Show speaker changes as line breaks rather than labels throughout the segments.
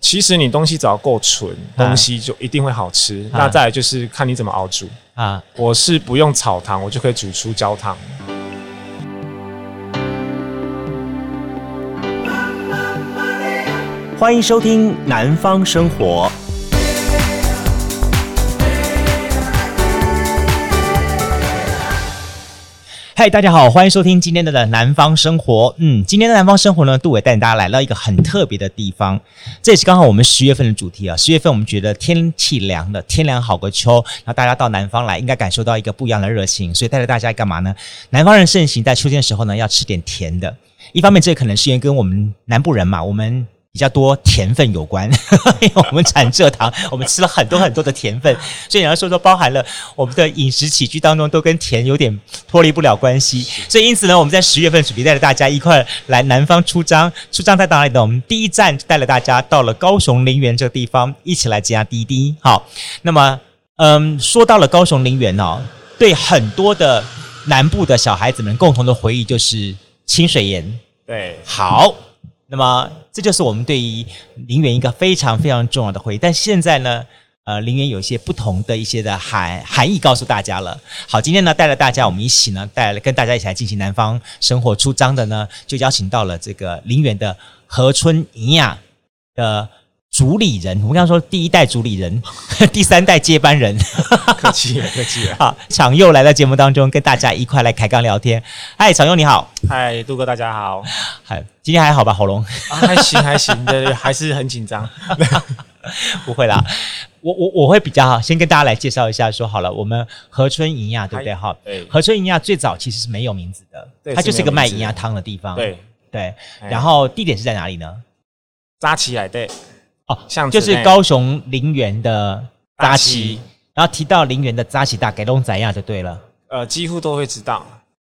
其实你东西只要够纯，
啊
东西就一定会好吃。
啊
那再来就是看你怎么熬煮。
啊，
我是不用炒糖，我就可以煮出焦糖。
欢迎收听《南方生活》。嗨，大家好，欢迎收听今天的《南方生活》。嗯，今天的《南方生活》呢，杜伟带大家来到一个很特别的地方，这也是刚好我们十月份的主题啊。十月份我们觉得天气凉了，天凉好个秋，然后大家到南方来，应该感受到一个不一样的热情，所以带着大家干嘛呢？南方人盛行在秋天的时候呢，要吃点甜的。一方面，这可能是因为跟我们南部人嘛，我们比较多甜分有关， 因为我们产蔗糖，我们吃了很多很多的甜分，所以你要说说包含了我们的饮食起居当中都跟甜有点脱离不了关系。所以因此呢，我们在十月份准备带着大家一块儿来南方出张，出张在哪里呢？我们第一站带了大家到了高雄林园这个地方，一起来接下滴滴。好，那么嗯，说到了高雄林园哦，对很多的南部的小孩子们共同的回忆就是清水岩。
对，
好，那么这就是我们对于陵园一个非常非常重要的回忆。但现在呢，呃，陵园有一些不同的一些的含含义告诉大家了。好，今天呢带了大家，我们一起呢带了跟大家一起来进行南方生活出张的呢，就邀请到了这个陵园的何春怡亚的。主理人，我们刚刚说第一代主理人， 第三代接班人，
客气了，客气了。
好，常佑来到节目当中，跟大家一块来开杠聊天。嗨，常佑你好，
嗨，杜哥，大家好。
嗨，今天还好吧，喉咙？
啊，还行，还行，对对，还是很紧张。
不会啦，我我我会比较好，先跟大家来介绍一下，说好了，我们和春银亚对不对哈？
对
和春银亚最早其实是没有名字的，
对
它就是
是没有
个卖
名字
银亚汤的地方。
对，
对，
哎
然后地点是在哪里呢？
扎起来，对，
哦，
巷子
就
内
是高雄林园的扎
扎
旗
旗，
然后提到林园的扎旗大改弄怎样就对了。
呃，几乎都会知道。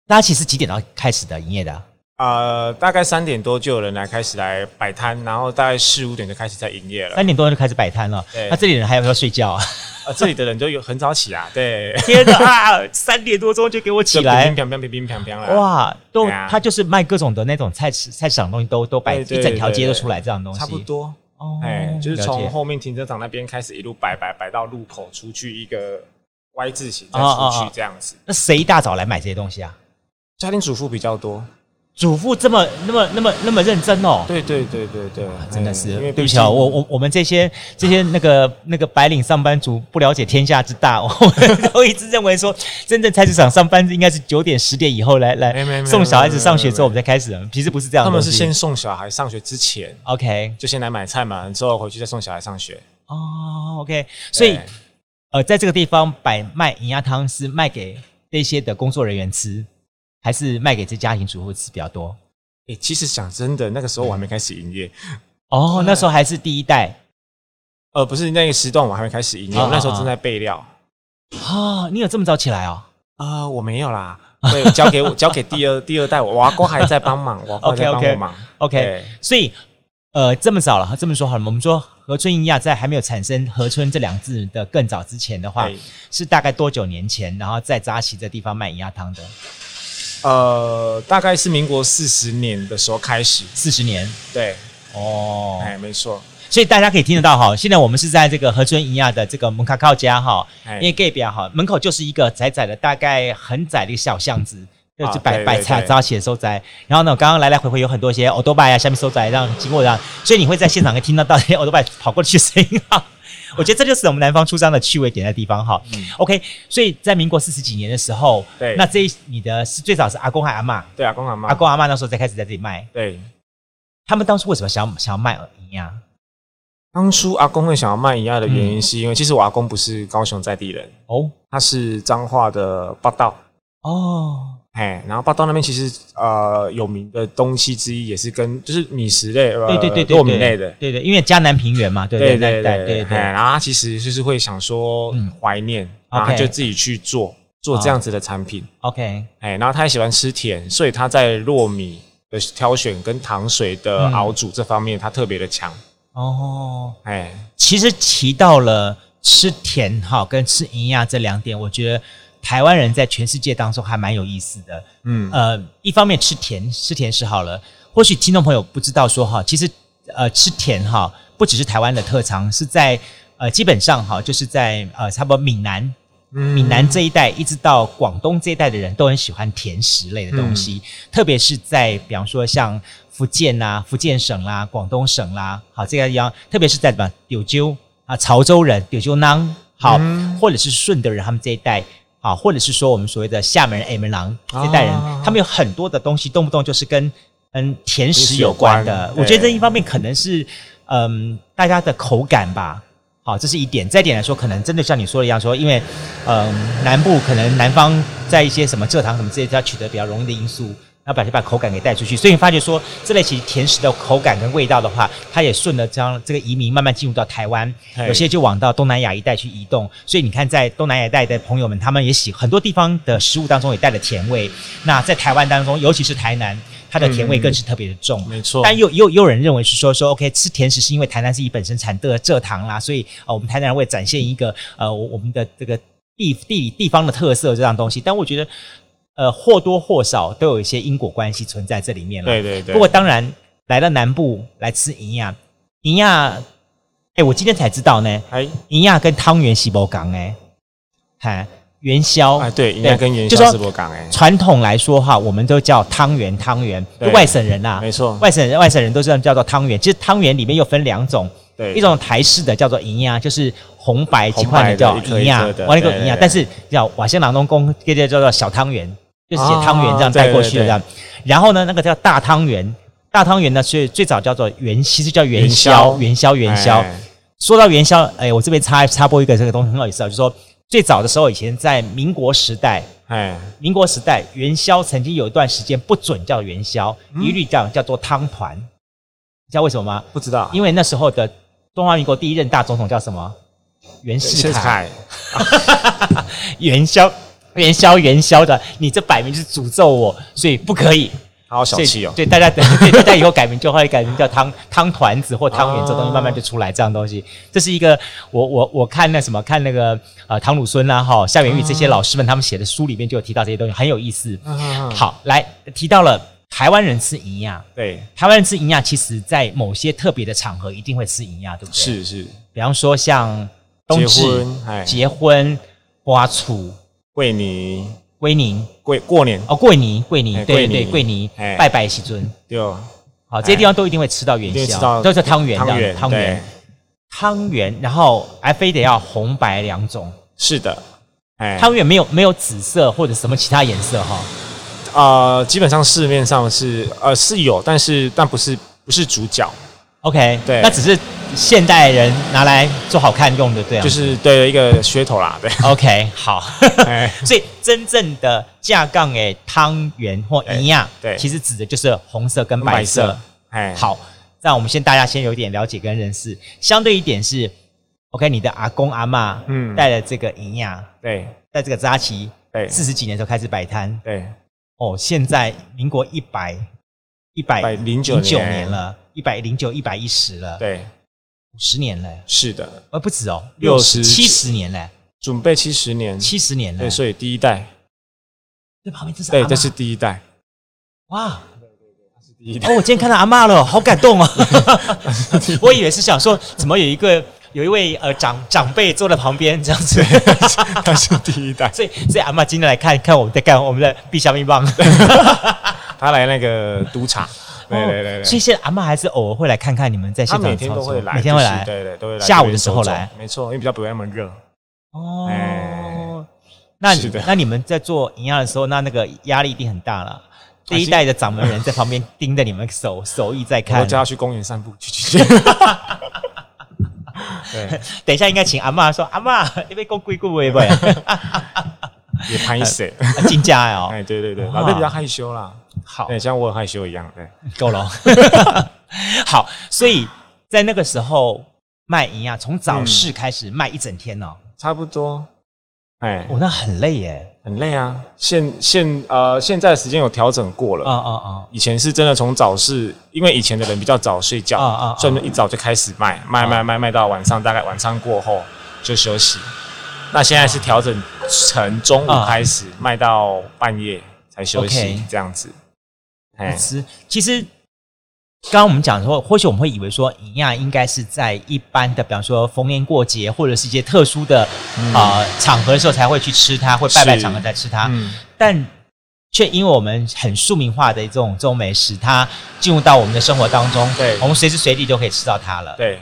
扎旗是几点到开始的营业的啊？
呃，大概三点多就有人来开始来摆摊，然后大概四五点就开始在营业了。
三点多就开始摆摊了
对。
那这里人还有没有睡觉啊？
呃，这里的人就有很早起啊，对，
天 哪啊，三点多钟就给我起来
乒，乒乓乓，乒乒乓乓了，
哇，都
对啊
他就是卖各种的那种菜市菜市场的东西都都摆一
对对
整条街都
对对
出来这样的东西，
差不多。
哦
哎，就是
了
从
解
后面停车场那边开始一路摆摆摆到路口出去一个 Y 字形再
哦哦
出
哦
去这样子。
那谁一大早来买这些东西啊？
家庭主妇比较多，
主妇这么那么那么那么认真哦。
对对对对对，
真的
哎
是
因为，
对不
毕
起
竟
啊，我我我们这些这些那个那个白领上班族不了解天下之大，我 们都一直认为说，真正菜市场上班应该是九点十点以后来
没没
来
没
送小孩子上学之后，我
没没没
们再开始。其实不是这样
他
的
们
东西，
是先送小孩上学之前
OK
就先来买菜嘛，之后回去再送小孩上学。
哦 OK，所以
对
呃，在这个地方摆卖银鸭汤是卖给这些的工作人员吃，还是卖给这家庭主妇吃比较多？
诶哎其实讲真的，那个时候我还没开始营业，
哦，那时候还是第一代
呃，不是那个时段我还没开始营业，
啊
我那时
啊
候正在备料。
啊、你有这么早起来哦
啊，我没有啦，对，交给我，交 给第二第二代，我阿公还在帮忙，我阿公还
OK，OK
在帮我忙。
？OK，
对
所以呃，这么早了，这么说好了，我们说和春银亚在还没有产生“和春”这两字的更早之前的话
对，
是大概多久年前，然后在扎西这地方卖银鸭汤的？
呃，大概是民国四十年的时候开始，
四十年
对，
哦，
哎，没错，
所以大家可以听得到哈，现在我们是在这个和春一亚的这个门卡靠家哈，
哎
因为 gay 表哈门口就是一个窄窄的，大概很窄的一个小巷子，就是
啊
摆
对
摆
对
菜、
对
招起的收窄。然后呢，刚刚来来回回有很多一些欧多拜啊，下面收窄让经过让，所以你会在现场可以听到到哎些欧多拜跑过去的声音 哈。我觉得这就是我们南方出张的趣味点的地方哈。OK，所以在民国四十几年的时候，
对啊
那这一你的是最早是阿公还阿嬷，
对，阿公阿妈，
阿公阿嬷那时候才开始在这里卖，
对，
他们当初为什么想要想要卖啊银亚？
当初阿公会想要卖一样的原因，是因为其实我阿公不是高雄在地人，
哦
他是彰化的八道。
哦。
哎，然后八道那边其实呃有名的东西之一也是跟就是米食类，呃
对对对对，
糯米类的，
对对，因为江南平原嘛，对
对
那
对
一带
对哎
对
嘿
对，
然后他其实就是会想说
嗯
怀念，然后他
OK
就自己去做做这样子的产品，
，OK，
哎，然后他也喜欢吃甜，所以他在糯米的挑选跟糖水的
嗯
熬煮这方面他特别的强，
哦，
哎，
其实提到了吃甜哈跟吃营养这两点，我觉得台湾人在全世界当中还蛮有意思的。
嗯，
呃，一方面吃甜吃甜食好了，或许听众朋友不知道说哈，其实呃吃甜哈。不只是台湾的特长，是在呃基本上哈，就是在呃差不多闽南嗯闽南这一带，一直到广东这一带的人都很喜欢甜食类的东
嗯
西，特别是在比方说像福建啊、福建省啦、广东省啦，好这个地方，特别是在什么柳州啊、潮州人、柳州囔，好，
嗯
或者是顺德人他们这一带。啊，或者是说我们所谓的厦门人、厦门郎这一代人，
啊
他们有很多的东西，动不动就是跟嗯甜食有关的
甜食有。关
我觉得这
对
一方面可能是嗯大家的口感吧。好，这是一点。再一点来说，可能真的像你说的一样，说因为嗯南部可能南方在一些什么蔗糖什么这些要取得比较容易的因素。那把就把口感给带出去，所以你发觉说这类其实甜食的口感跟味道的话，它也顺着这样这个移民慢慢进入到台湾，
嘿
有些就往到东南亚一带去移动。所以你看，在东南亚一带的朋友们，他们也喜很多地方的食物当中也带了甜味。那在台湾当中，尤其是台南，它的甜味更是特别的重。
没错
但又又又有人认为是说说 OK 吃甜食是因为台南自己本身产的蔗糖啦，所以呃我们台南人会展现一个呃我我们的这个地地地方的特色这样东西。但我觉得呃或多或少都有一些因果关系存在这里面了。
对对对
不过当然来到南部来吃银亚，银亚，哎，我今天才知道呢，
哎
银亚跟汤圆西伯港哎，嗨，元宵
哎，对，应该跟元
就
宵
说
直播港哎，
传统来说哈，我们都叫汤圆，汤圆
对
外省人啊呐、
没错
外省人外省人都这样叫做汤圆。其实汤圆里面又分两种，
对
一种台式的叫做银呀，就是红白几
红
块
白
的
的
叫
一颗
银呀
一颗，的
完那个
对
银呀
对，
但是叫瓦仙郎东宫，这个叫做小汤圆，就是写汤圆这
啊
样带过去
对对
的
对
这样。然后呢，那个叫大汤圆，大汤圆呢是最早叫做元宵，其实叫元宵，元
元
宵元宵。
哎
说到元宵，哎，我这边插插播一个这个东西很好意思啊，就是说最早的时候，以前在民国时代，
哎，
民国时代，元宵曾经有一段时间不准叫元宵，
嗯
一律叫叫做汤团。你知道为什么吗？
不知道，
因为那时候的中华民国第一任大总统叫什么？袁世
是
凯。
凯，
元宵，元宵，元宵的，你这摆明就是诅咒我，所以不可以。
好小
所以
气哦，
对，大家对大家以后改名就会改名叫汤汤团子或汤圆，这东西慢慢
哦
就出来这样东西。这是一个我我我看那什么看那个呃唐鲁孙啊哈夏元玉这些老师们他们写的书里面就有提到这些东西，很有意思。
哦嗯
好，来提到了台湾人吃银亚，
对，
台湾人吃银亚，其实在某些特别的场合一定会吃银亚，对不对？，
是是，
比方说像冬
结
至、
婚，哎，
结婚、花楚、
为你
归宁
过过年，
哦，桂宁、桂宁，
哎
对
桂
对对，
林
桂宁
哎
拜拜喜尊，
对哦，
好，这些地方都一定会吃到元
一定会吃
宵，
到
都是汤圆
汤
的
圆，
汤圆
对，，
汤圆，然后还非得要红白两种，
是的，哎，
汤圆没有没有紫色或者什么其他颜色哈，
呃，基本上市面上是呃是有，但是但不是不是主角，
OK，
对
那只是现代人拿来做好看用的，对啊，
就是对一个噱头啦，对，
OK，好。
哎，
所以真正的架杠诶，汤圆或一样，
哎对对
其实指的就是红色跟白色。，
哎，，
好，那我们先大家先有点了解跟认识。相对一点是，OK，你的阿公阿妈，嗯，
嗯
带了这个银亚，
对
带这个扎旗，
对
四十几年的时候开始摆摊，
对，
哦，现在民国一百一百
109
九
年
年了，一百零九一百一十了，，
对，
五十年了，
是的，
呃，不止哦，
60
七十年了，
准备七十年，
七十年了
对，，所以第一代，
对，旁边这是
对
阿，嬷
这是第一代，
哇。
是第一代
哦，，我今天看到阿嬷了，好感动
啊
哦！ 我以为是想说，怎么有一个有一位呃长长辈坐在旁边这样子，
他是第一代，
所以所以阿嬷今天来看看我们在干我们的必香冰棒。
他来那个督茶，对对对
哦 所
对。
以现在阿嬷还是偶尔会来看看你们在
他
现
每
场
天
操
都
作
会，来，
每天会
就是
来。
对对，都会来。
下午的时候来
这边走走没错，因为比较不会那么热。
哦
哎，
那
是
你
的啊
那你们在做营养的时候，那那个压力一定很大了。第一代的掌门人在旁 边盯着你们手手艺在
我
看
都，叫他去公园散步，去去 去。对，
等一下应该请阿嬷说：“阿嬷，你被公龟龟喂喂，
也拍谁？
金家哦。”
哎，对对对，
哇
老贝比较害羞啦，
好，嗯
对，哎像我很害羞一样，对，哎
够 了。好，所以在那个时候卖银啊，从早市开始卖一整天哦，
差不多。哎，
我、那很累耶。
很累啊。现现呃，现在时间有调整过了。
啊啊啊！
以前是真的从早市，因为以前的人比较早睡觉，
啊啊啊
所以我们一早就开始卖，卖卖卖卖到晚上，大概晚上过后就休息。那现在是调整成中午开始卖到半夜才休息
啊 OK，
哎这样子。
其实其实刚刚我们讲说，或许我们会以为说，银亚应该是在一般的，比方说逢年过节或者是一些特殊的啊、呃场合的时候才会去吃它，会拜拜
嗯是
场合才吃它，
嗯
但却因为我们很庶民化的这种这种美食，它进入到我们的生活当中，
对
我们随时随地都可以吃到它了。
对，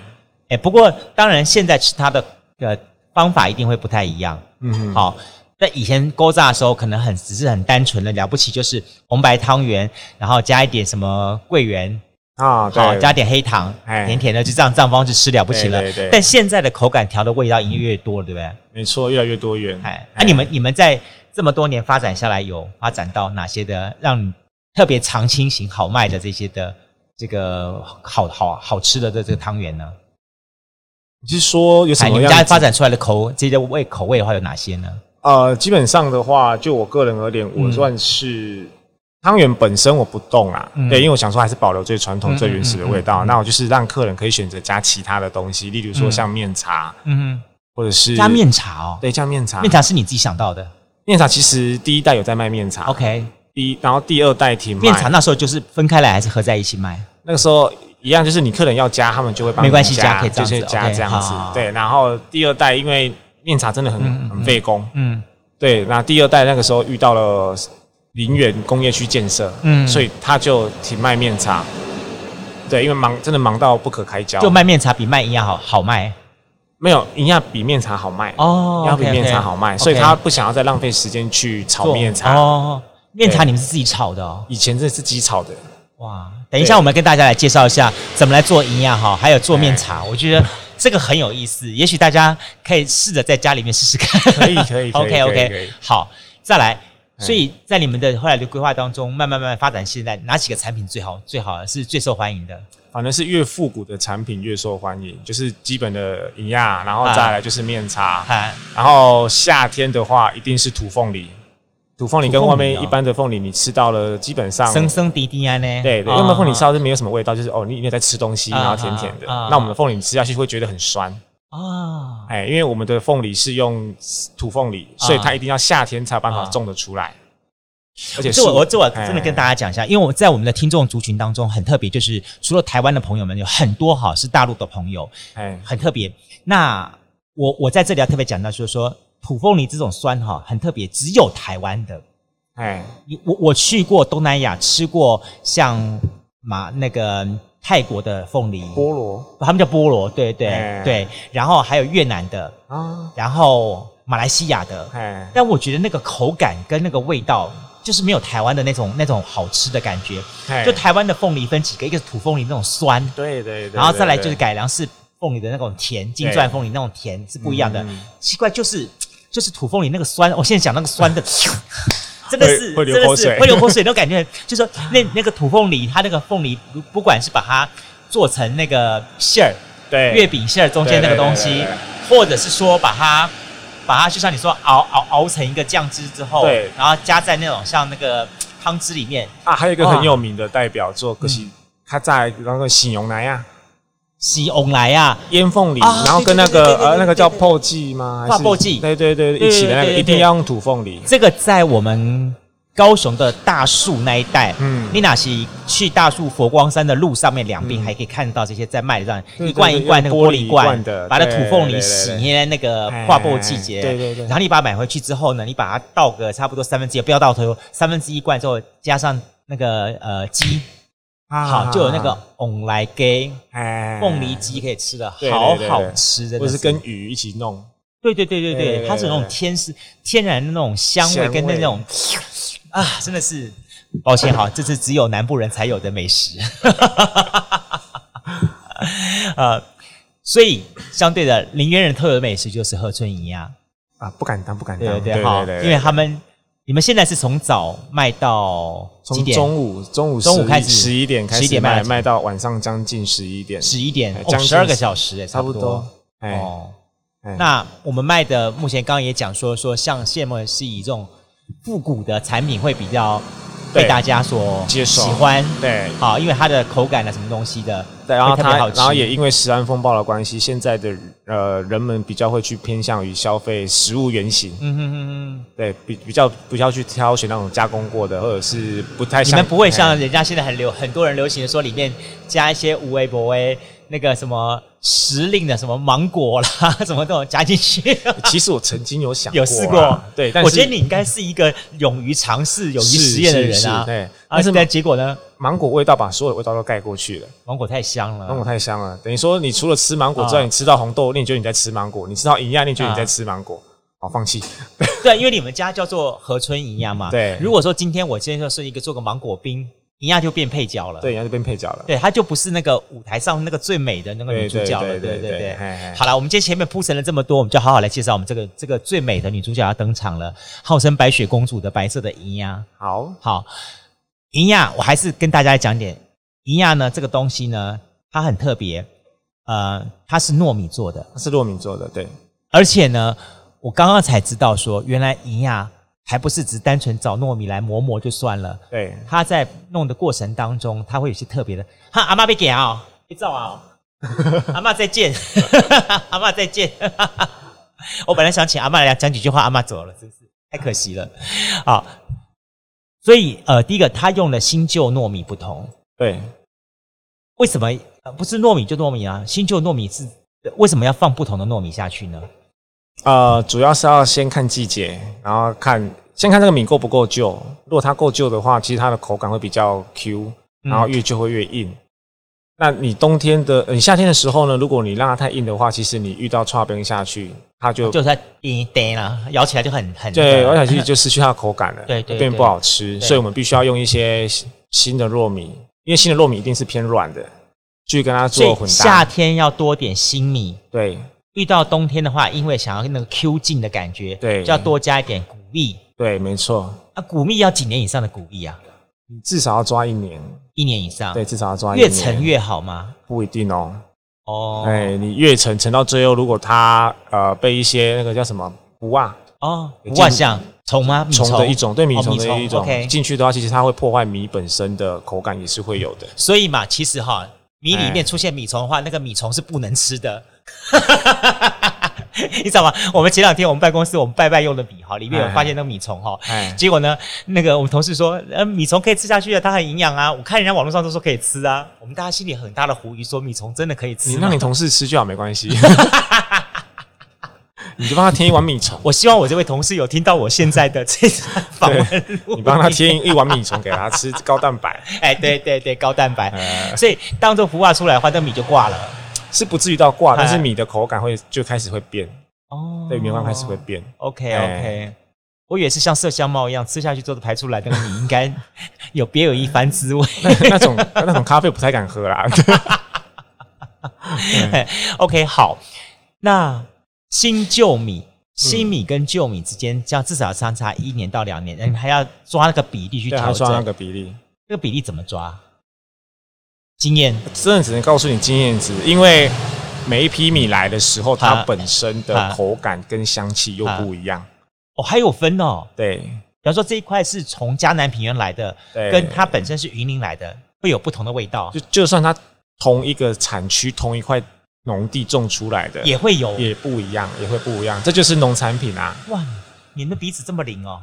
哎，不过当然现在吃它的呃方法一定会不太一样。
嗯哼，
好，在以前勾炸的时候，可能很只是很单纯的了不起，就是红白汤圆，然后加一点什么桂圆，
啊，
好，
对，
加点黑糖，
哎
甜甜的，就这样这样方式吃了不起了。
对对对
但现在的口感调的味道已经越来越多了，对不对？
没错，越来越多元。
哎，那、你们你们在这么多年发展下来，有发展到哪些的让你特别常青型好卖的这些的这个好好好吃的这这个汤圆呢？
你是说有什
哎，你
么
们
样
家
子
发展出来的口这些味口味的话有哪些呢？
呃，基本上的话，就我个人而言，我
嗯
算是汤圆本身我不动啦，
嗯
对，因为我想说还是保留最传
嗯
统、
嗯
最原始的味道。那我就是让客人可以选择加其他的东西，例如说
嗯
像面茶，
嗯，
或者是
加面茶哦，
对，加面茶。
面茶是你自己想到的
面茶其实第一代有在卖面茶
，OK？
第一，然后第二代停卖。
哦面茶那时候就是分开来还是合在一起卖？
那个时候一样，就是你客人要加，他们就会帮你
没关系加
加
可以这样子
就是加
OK，
这样子
好。
对，然后第二代因为面茶真的很
嗯嗯
很费工，
嗯
对，那第二代那个时候遇到了林园工业区建设，
嗯
所以他就停卖面茶。对，因为忙真的忙到不可开交，
就卖面茶比卖营养好好卖
没有银亚比面茶好卖，
哦
要比
OK，OK
面茶好卖，所以他不想要再浪费时间去炒
做
面茶。
哦，面茶
对
你们是自己炒的哦。
以前这是鸡炒的，
哇，等一下，我们跟大家来介绍一下怎么来做营养哈，还有做面茶，我觉得这个很有意思，也许大家可以试着在家里面试试看。
可以可 以可以
OK
可以可以嗯
OK，好，再来。所以在你们的后来的规划当中，慢慢慢慢发展，现在哪几个产品最好？最好是最受欢迎的？
反正是越复古的产品越受欢迎，就是基本的银亚，然后
啊
再来就是面茶，
啊，
然后夏天的话一定是土凤梨，土凤梨跟
土凤
外
梨
面
哦
一般的凤梨你吃到了，基本上
生生滴滴啊呢？
对对，
啊
因为凤梨烧是没有什么味道，就是哦，你你在吃东西，
啊
然后甜甜的
啊啊。
那我们的凤梨吃下去会觉得很酸，
啊，
哎，因为我们的凤梨是用土凤梨，所以它一定要夏天才有办法
啊
种得出来。而且
这我
树
我这我真的跟大
哎
家讲一下，因为我在我们的听众族群当中很特别，就是除了台湾的朋友们，有很多哈是大陆的朋友，
哎
很特别。那我我在这里要特别讲到，就是说土凤梨这种酸哈很特别，只有台湾的。
哎
你我我去过东南亚，吃过像马那个泰国的凤梨，
菠萝
他们叫菠萝，对对、
哎
对，然后还有越南的，
啊，
然后马来西亚的。
哎
但我觉得那个口感跟那个味道，就是没有台湾的那种那种好吃的感觉。
哎
就台湾的凤梨分几个，一个是土凤梨那种酸，
对对对，
然后再来
对
就是，改良是凤梨的那种甜，金钻凤梨那种甜是不一样的
嗯。
奇怪，就是就是土凤梨那个酸，我现在讲那个酸的， 真的是
会会流
真的
口
是
水
会流口水那种感觉。就是说那那个土凤梨，它那个凤梨不不管是把它做成那个馅儿，
对
月饼馅儿中间那个东西
对对对对，
或者是说把它把它就像你说熬熬熬成一个酱汁之后
对，
然后加在那种像那个汤汁里面，
啊，还有一个
哇
很有名的代表作，可
嗯
是它在那个喜牛奶啊，
西翁来啊，
腌凤梨，
啊
然后跟那
对对对
个
对对
呃那个叫
对对对
泡剂吗？还是
泡剂
对对对，
对
一起的那个
对对对
一定要用土凤梨。
这个在我们高雄的大树那一带，嗯
嗯，
你哪西去大树佛光山的路上面两边还可以看到这些在卖的，让
对
一罐一罐那个
对对
玻璃罐，
用玻璃罐的
把那土凤梨
对对对
洗，
对
因为那个挂布季节，
哎对对对
然后你把它买回去之后呢，你把它倒个差不多三分之一，不要倒头，三分之一罐之后加上那个呃鸡，
啊
好就有那个翁来给
哎
凤梨鸡可以吃的，
对对
好
对对
好吃，真
或
的
是跟鱼一起弄，
对对对对
对对
对，
对
它是有那种
对
天是天然的那种香味
哎香
跟那
味
种啊，真的是抱歉哈，这是只有南部人才有的美食。 呃，所以相对的，林园人特有的美食就是喝春饮呀，
啊，不敢当，不敢
对
当，
对对哈，因为他们你们现在是从早卖到几
从
点？
中午中午
中午开始
十一点开
11
始
点卖到
卖，
几
卖到晚上将近十一点，
十一点
哎，
哦，
将近
十二个小时，哎，
差
不
不多。哎，
哦。
哎
那我们卖的目前刚刚也讲说说像现在是以这种复古的产品会比较被
对
大家所
接受
喜欢。
对
好，因为它的口感啊，什么东西的，
对，然后
会特别
它
好，吃
然后也因为食安风暴的关系，现在的呃人们比较会去偏向于消费食物原型，
嗯哼哼哼，
对比比较不要去挑选那种加工过的，或者是不太
你
像
们不会
哎
像人家现在很流，很多人流行的说里面加一些无为博威那个什么时令的什么芒果啦，什么都有加进去。
其实我曾经有想
有试
过
过
啊，，对，但是
我觉得你应该是一个勇于尝试、勇于
是
实验的
是
人啊
是。对
而
但
且
是
呢，结果呢，
芒果味道把所有味道都盖过去了，
芒果太香了，
芒果太香了。等于说，你除了吃芒果之外，
啊
你吃到红豆，你也觉得你在吃芒果；你吃到银亚，你也觉得你在吃芒果。好，放弃。
啊对，因为你们家叫做和春营养嘛。
对
如果说今天我今天就是一个做个芒果冰，营养就变配角了。
对，。银亚就变配角了。
对，她就不是那个舞台上那个最美的那个女主角了，
对
对
对对
对对
对嘿嘿
好了，我们今天前面铺陈了这么多，我们就好好来介绍我们这个这个最美的女主角要登场了，号称白雪公主的白色的银牙。
好，
好，银亚，我还是跟大家讲点银亚呢，这个东西呢，它很特别，呃，它是糯米做的，
它是糯米做的，对，
而且呢，我刚刚才知道说，原来银亚还不是只单纯找糯米来磨磨就算了，
对，
它在弄的过程当中，它会有些特别的。哈，阿妈被给啊，别照啊， 阿妈再见， 阿妈再见。 我本来想请阿妈来讲几句话，阿妈走了，真是太可惜了。好，所以呃，第一个，他用了新旧糯米不同，
对，
为什么、呃不是糯米就糯米啊？新旧糯米是为什么要放不同的糯米下去呢？
呃，主要是要先看季节，然后看先看这个米够不够旧。如果它够旧的话，其实它的口感会比较 Q，
嗯
然后越旧会越硬。那你冬天的，呃你夏天的时候呢？如果你让它太硬的话，其实你遇到刨冰下去，它就
就是它叮叮啦，咬起来就很很
对，咬下
那个
去就失去它的口感了，
对对
变
对
不好吃。
对
所以我们必须要用一些新新的糯米，因为新的糯米一定是偏软的，去跟它
所
做
以
混搭
夏。天要多点新米。
对
遇到冬天的话，因为想要那个 Q 劲的感觉，
对
就要多加一点谷粒。
对，没错，
啊，谷粒要几年以上的谷粒啊？
你至少要抓一年，
一年以上，
对，，至少要抓一
啊越
年。
沉越好吗？
不一定哦。
哦，
哎，你越沉沉到最后，如果它呃被一些那个叫什么不啊
哦，
进
万象虫吗？米
虫的一种，对米
哦
虫的
米
一种
OK
进去的话，其实它会破坏米本身的口感，也是会有的。
所以嘛，其实哈，米里
哎
面出现米虫的话，那个米虫是不能吃的。 你知道吗？我们前两天我们办公室我们拜拜用的米哈，里面有发现那个米虫哈，
哎，
结果呢，那个我们同事说，呃，米虫可以吃下去的，它很营养啊。我看人家网络上都说可以吃啊，我们大家心里很大的狐疑，说米虫真的可以
你
吃吗
让你？同事吃就好，没关系。 你就帮他添一碗米虫，
我希望我这位同事有听到我现在的这场访问录 音，
你帮他添一碗米虫给他吃，高蛋白，
哎，对对对，高蛋白，
呃，
所以当做孵化出来的话，那米就挂了。
是不至于到挂，
哎
但是米的口感会就开始会变，
哦
对，米饭开始会。变。
OK
哎
OK，我以为是像麝香猫一样吃下去之后排出来那个米，应 该有别有一番滋味。
那那种那种咖啡不太敢喝 啦。
OK，好，那新旧米。
嗯
新米跟旧米之间，这样至少要相差一年到两年，嗯，还要抓那个比例去
对，
调
他
整
抓。那个比例，
这个比例怎么抓？经验
真的只能告诉你经验值，因为每一批米来的时候，
啊
它本身
啊
的口感跟香气又不一样。
哦，还有分哦。
对
比方说这一块是从迦南平原来的，
对，
跟它本身是云林来的，会有不同的味道，
就就算它同一个产区、同一块农地种出来的，
也会有。
也不一样，也会不一样。这就是农产品啊，
哇，你们的鼻子这么灵哦。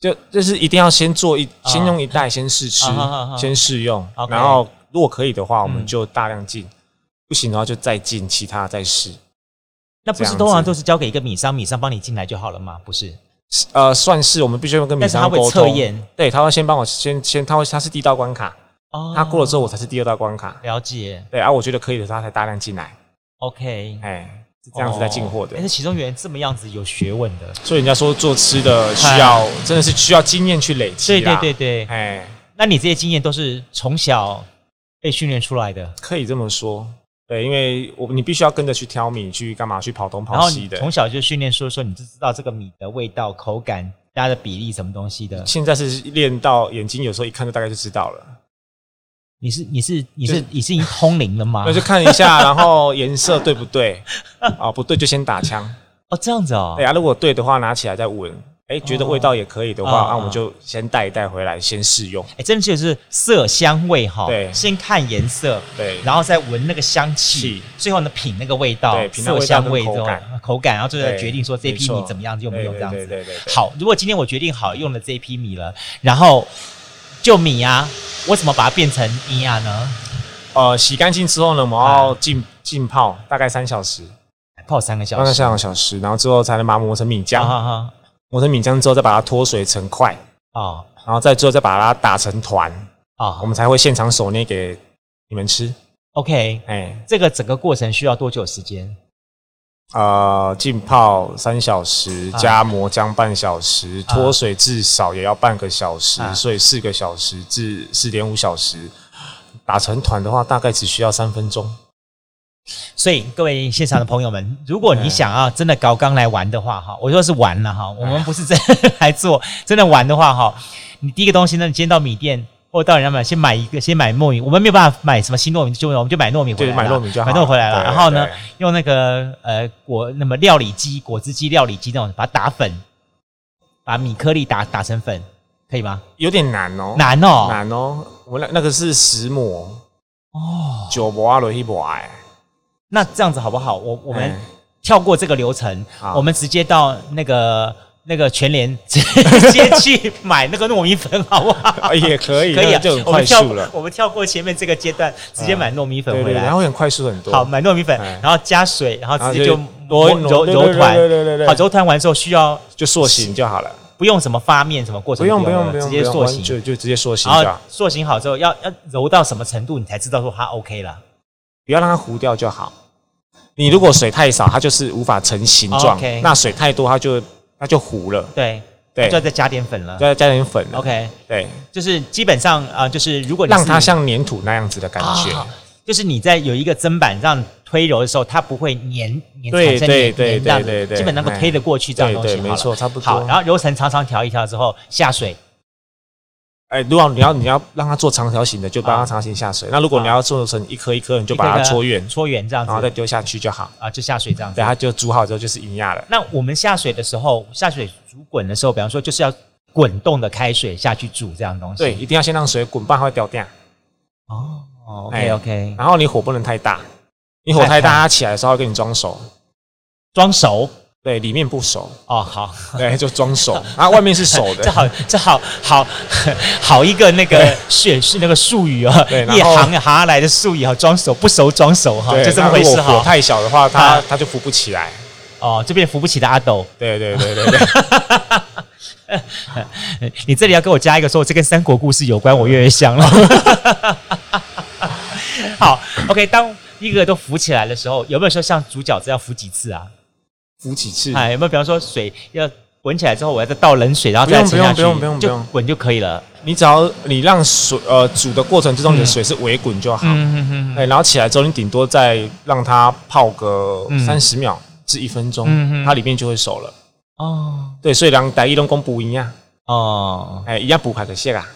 就就是一定要先做一，
啊
先用一袋，先试吃
啊啊啊啊，
先试用，
OK
然后如果可以的话，我们
嗯
就大量进。不行的话，就再进其他再试。
那不
这
是
样子
通常都是交给一个米商，米商帮你进来就好了吗？不是，
呃，算是我们必须要跟米
但是他
商
会
沟
测
通。
验
对，他会先帮我先先，他会他是第一道关卡，
哦
他过了之后我才是第二道关卡。
了解
对啊，我觉得可以的，他才大量进来，
，OK，哎
哎，是这样子在进货的
但。是其中原来这么样子有学问的，
所以人家说做吃的需要真的是需要经验去累
哎对
积
对
啦。
对
对，
对。
啊哎，
那你这些经验都是从小被训练出来的，
可以这么说。对，因为我你必须要跟着去挑米，去干嘛，去跑东
然
跑
后
西
你
的。
从小就训练说说，你就知道这个米的味道、口感、它的比例什么东西的。
现在是练到眼睛有时候一看就大概就知道了，
你是你是你
就是
你是已经通灵了吗
那？就看一 下，然后颜色对不对啊？不对就先打枪。哎
哦，这样子哦
对。啊，如果对的话拿起来再闻，哎，觉得味道也可以的话，
哦
那我们就先带一带回来，先试用。
哎，真的就是色香味哈，
对
先看颜色，
对
然后再闻那个香气
气，
最后呢品那个味道，
对品那个味
色
道
香
跟
味之
口
后
感
口感，然后最后
对
决定说这
没
批
错
米怎么样用不用这样子。
对对对对对
好，如果今天我决定好用了这一批米了，然后就米啊，我怎么把它变成米啊呢？
呃，洗干净之后呢，我们要
啊
浸浸泡大概三小时，
泡三个
大
小
概
时，
三个小时，然后之后才能把它磨成米
啊
浆。
哈哈，
磨成米浆之后，再把它脱水成块，
哦
然后再之后再把它打成团，我
哦
们才会现场手捏给你们吃。
，OK，
哎，
这个整个过程需要多久时间？
呃，浸泡三小时，
啊
加磨浆半小时，
啊
脱水至少也要半个小时，
啊
所以四个小时至四点五小时。打成团的话，大概只需要三分钟。
所以各位现场的朋友们，如果
哎
你想要真的搞刚来玩的话，哈，我说是玩了哈，我们不是真的来做， 真的玩的话哈，你第一个东西呢，你今天到米店或到人家买先买一个，先买糯米，我们没有办法买什么新糯米，就我们就买糯米回来
对
啦，
买糯米就好
买糯米回来了。
对
然后呢
对，
用那个呃果那么料理机、果汁机、料理机那种，把它打粉，把米颗粒打打成粉，可以吗？
有点难哦，
难哦，
难哦。我那那个是石磨，
哦，
九磨啊，罗一磨哎，
那这样子好不好？我我们
哎
跳过这个流程，
好
我们直接到那个那个全联直 接去买那个糯米粉，好不好？
啊也可以，
可以
那
啊，
就很
我们
快
跳
速了。
我们跳过前面这个阶段，直接买糯米粉
对
回
对，
来。
然后很快速很多。
好，买糯米粉
哎，
然后加水，然后
然后
直接就
就
揉
多
揉
对
揉
对
团
对对对对，
好，揉团完之后需要
就塑形就好了，
不用什么发面什么过程
不用不
了
用不用，
直接
不用
塑
完
形。啊
就就直接塑形
然
就
后
好，
塑形好之后，要要揉到什么程度，你才知道说它 OK 了。
不要让它糊掉就好。你如果水太少，它就是无法成形
哦
状
，OK；
那水太多，它就它就糊了。
对，
对
那就要再加点粉了。
再加点粉了
OK，
对，
就是基本上啊、呃就是如果你
让它
是
像粘土那样子的感觉。
啊就是你在有一个砧板上推揉的时候，它不会粘粘
对
产生
对
粘
对
粘这样
对对
子，
对哎
基本能够推得过去这样东西
对
好
对
了。
没错差不多
好，然后揉成长长条一条之后下水，
哎，如果你要你要让它做长条形的，就帮它长条形下水。那如果你要做成一颗一颗，你就把它搓圆，
搓圆这样
然后再
子
丢下去就好。
啊，就下水这样
对，
子。
它就煮好之后就是银亚了。
那我们下水的时候，下水煮滚的时候，比方说就是要滚动的开水下去煮这样东西。
对，，一定要先让水滚，不然它会掉掉。
哦，OK
哎
OK，
然后你火不能太大，你火太大，它起来的时候会给你装熟。
装熟
对，里面不 熟，
哦，好。
对，就装熟，然后外面是熟
这
的。
好，这好好 好一个那个是是那个术语哦
对，然后
夜行行来的术语哈，装熟不熟装熟 哈，
对，
就这么回
那
事
如果火
哈。
太小的话，它
啊
它就浮不起来。
哦，这边扶不起的阿斗，
对对对对 对，
你这里要给我加一个说，这跟三国故事有关，我越来越像了。 好，OK，当一个都浮起来的时候，有没有说像煮饺子要浮几次啊？
浮几次。
哎，有没有比方说水要滚起来之后，我要再倒冷水，然后再
不
沉
用
下去，
不用不用不用不
就
用
滚就可以了。
你只要你让水呃煮的过程之中，你的
嗯
水是微滚就好。
嗯嗯
哎，然后起来之后，你顶多再让它泡个
嗯
三十秒至一分
嗯嗯
钟，它里面就会熟了。
哦
对，所以人台一龙公补一样，
哦，
哎，一样补海个蟹啊。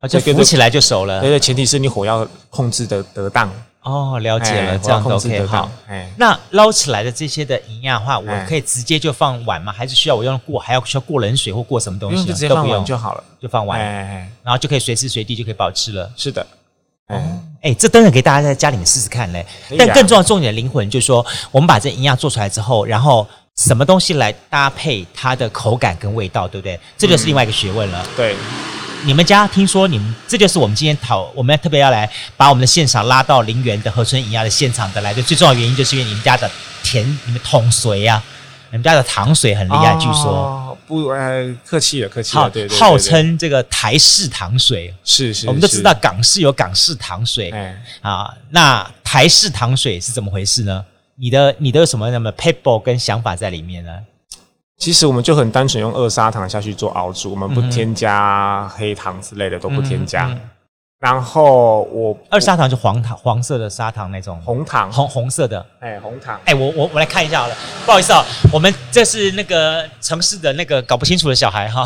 啊就
这个
浮起来就熟了
对。对，前提是你火要控制的得当。
哦，了解了，
哎
这样
火
都
要控制
OK
得
好
当。。哎，
那捞起来的这些的营养的话，我
哎
可以直接就放碗吗？还是需要我用过还要需要过冷水或过什么东
不
西
用
呢？
就直接
都
放
不用
碗就好了。
就放
哎
碗，
哎，哎
然后就可以随时随地就可以保吃了。
是的。哎，
哎，这真的给大家在家里面试试看嘞
可。以啊
但更重要重点的灵魂就是说，我们把这营养做出来之后，然后什么东西来搭配它的口感跟味道，对不对？这就是另外一个学问了。
对，
你们家听说你们，这就是我们今天讨，我们特别要来把我们的现场拉到林园的河村营鸭的现场的来的最重要原因，就是因为你们家的甜，你们桶水呀、你们家的糖水很厉害，据说，
哦不，哎，客气了，客气
号
了，对对对，
号
对
称这个台式糖水，
是是，
我们都
是
知道，港式有港式糖水
哎，
啊，那台式糖水是怎么回事呢？你的你的有什么那么 paper 跟想法在里面呢？
其实我们就很单纯用二砂糖下去做熬煮，我们不添加黑糖之类的都不添加。
嗯嗯嗯
然后我
二砂糖就黄糖黄色的砂糖那种
红糖，
红红色的，
哎红糖，
哎、我我我来看一下好了，不好意思啊，我们这是那个城市的那个搞不清楚的小孩哈。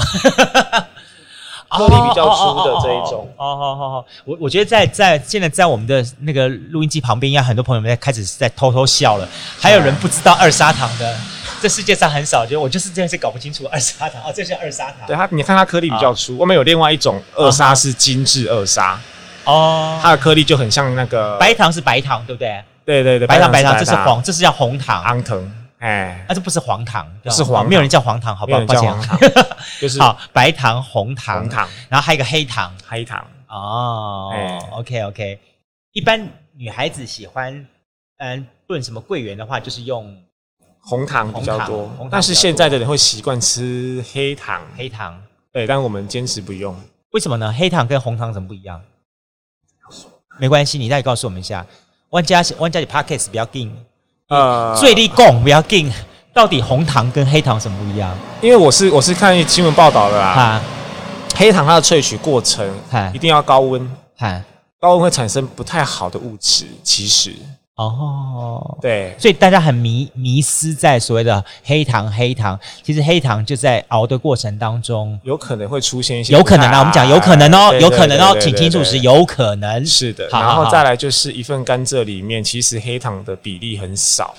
颗粒比较粗的这一种
哦，哦哦哦哦，我我觉得在在现在在我们的那个录音机旁边，应该很多朋友们在开始是在偷偷笑了，还有人不知道二砂糖的这世界上很少，就我就是真的是搞不清楚二砂糖哦，这是二砂糖。
对它，你看它颗粒比较粗。外面有另外一种二砂是精致二砂，
哦，
它的颗粒就很像那个
嗯白，糖是白糖，对不对？
对对对，
白糖白
白
糖，这是黄，这是叫红糖，
昂藤，哎，
啊，这不是黄糖，啊
不是黄糖
没有人叫黄糖，好不
没有
好？
人
抱
叫
歉，啊
黄糖 就是
好，白糖、红糖，
红，糖、
然后还有一个黑糖。
黑糖。
哦、
哎
o k OK，一般女孩子喜欢，嗯，炖什么桂圆的话，就是用
红糖比较多
红糖比较多，
但是现在的人会习惯吃黑糖，
黑糖。
对，但我们坚持不用。
为什么呢？黑糖跟红糖怎么不一样？没关系，你再告诉我们一下。万家万家的 pockets 不要进，
呃
最力供不要进，到底红糖跟黑糖什么不一样？
因为我是我是看新闻报道的啦，
哈
黑糖它的萃取过程
哈
一定要高温，
哈
高温会产生不太好的物质，其实
哦，
对
所以大家很迷迷失在所谓的黑糖黑糖，其实黑糖就在熬的过程当中，
有可能会出现一些
有可能
不
啊，
太
我们讲有可能哦，
对对
有可能哦，
对对
请
对
清楚
对
是
对
有可能。
是的，
好好
然后
好
再来就是一份甘蔗里面，其实黑糖的比例很少，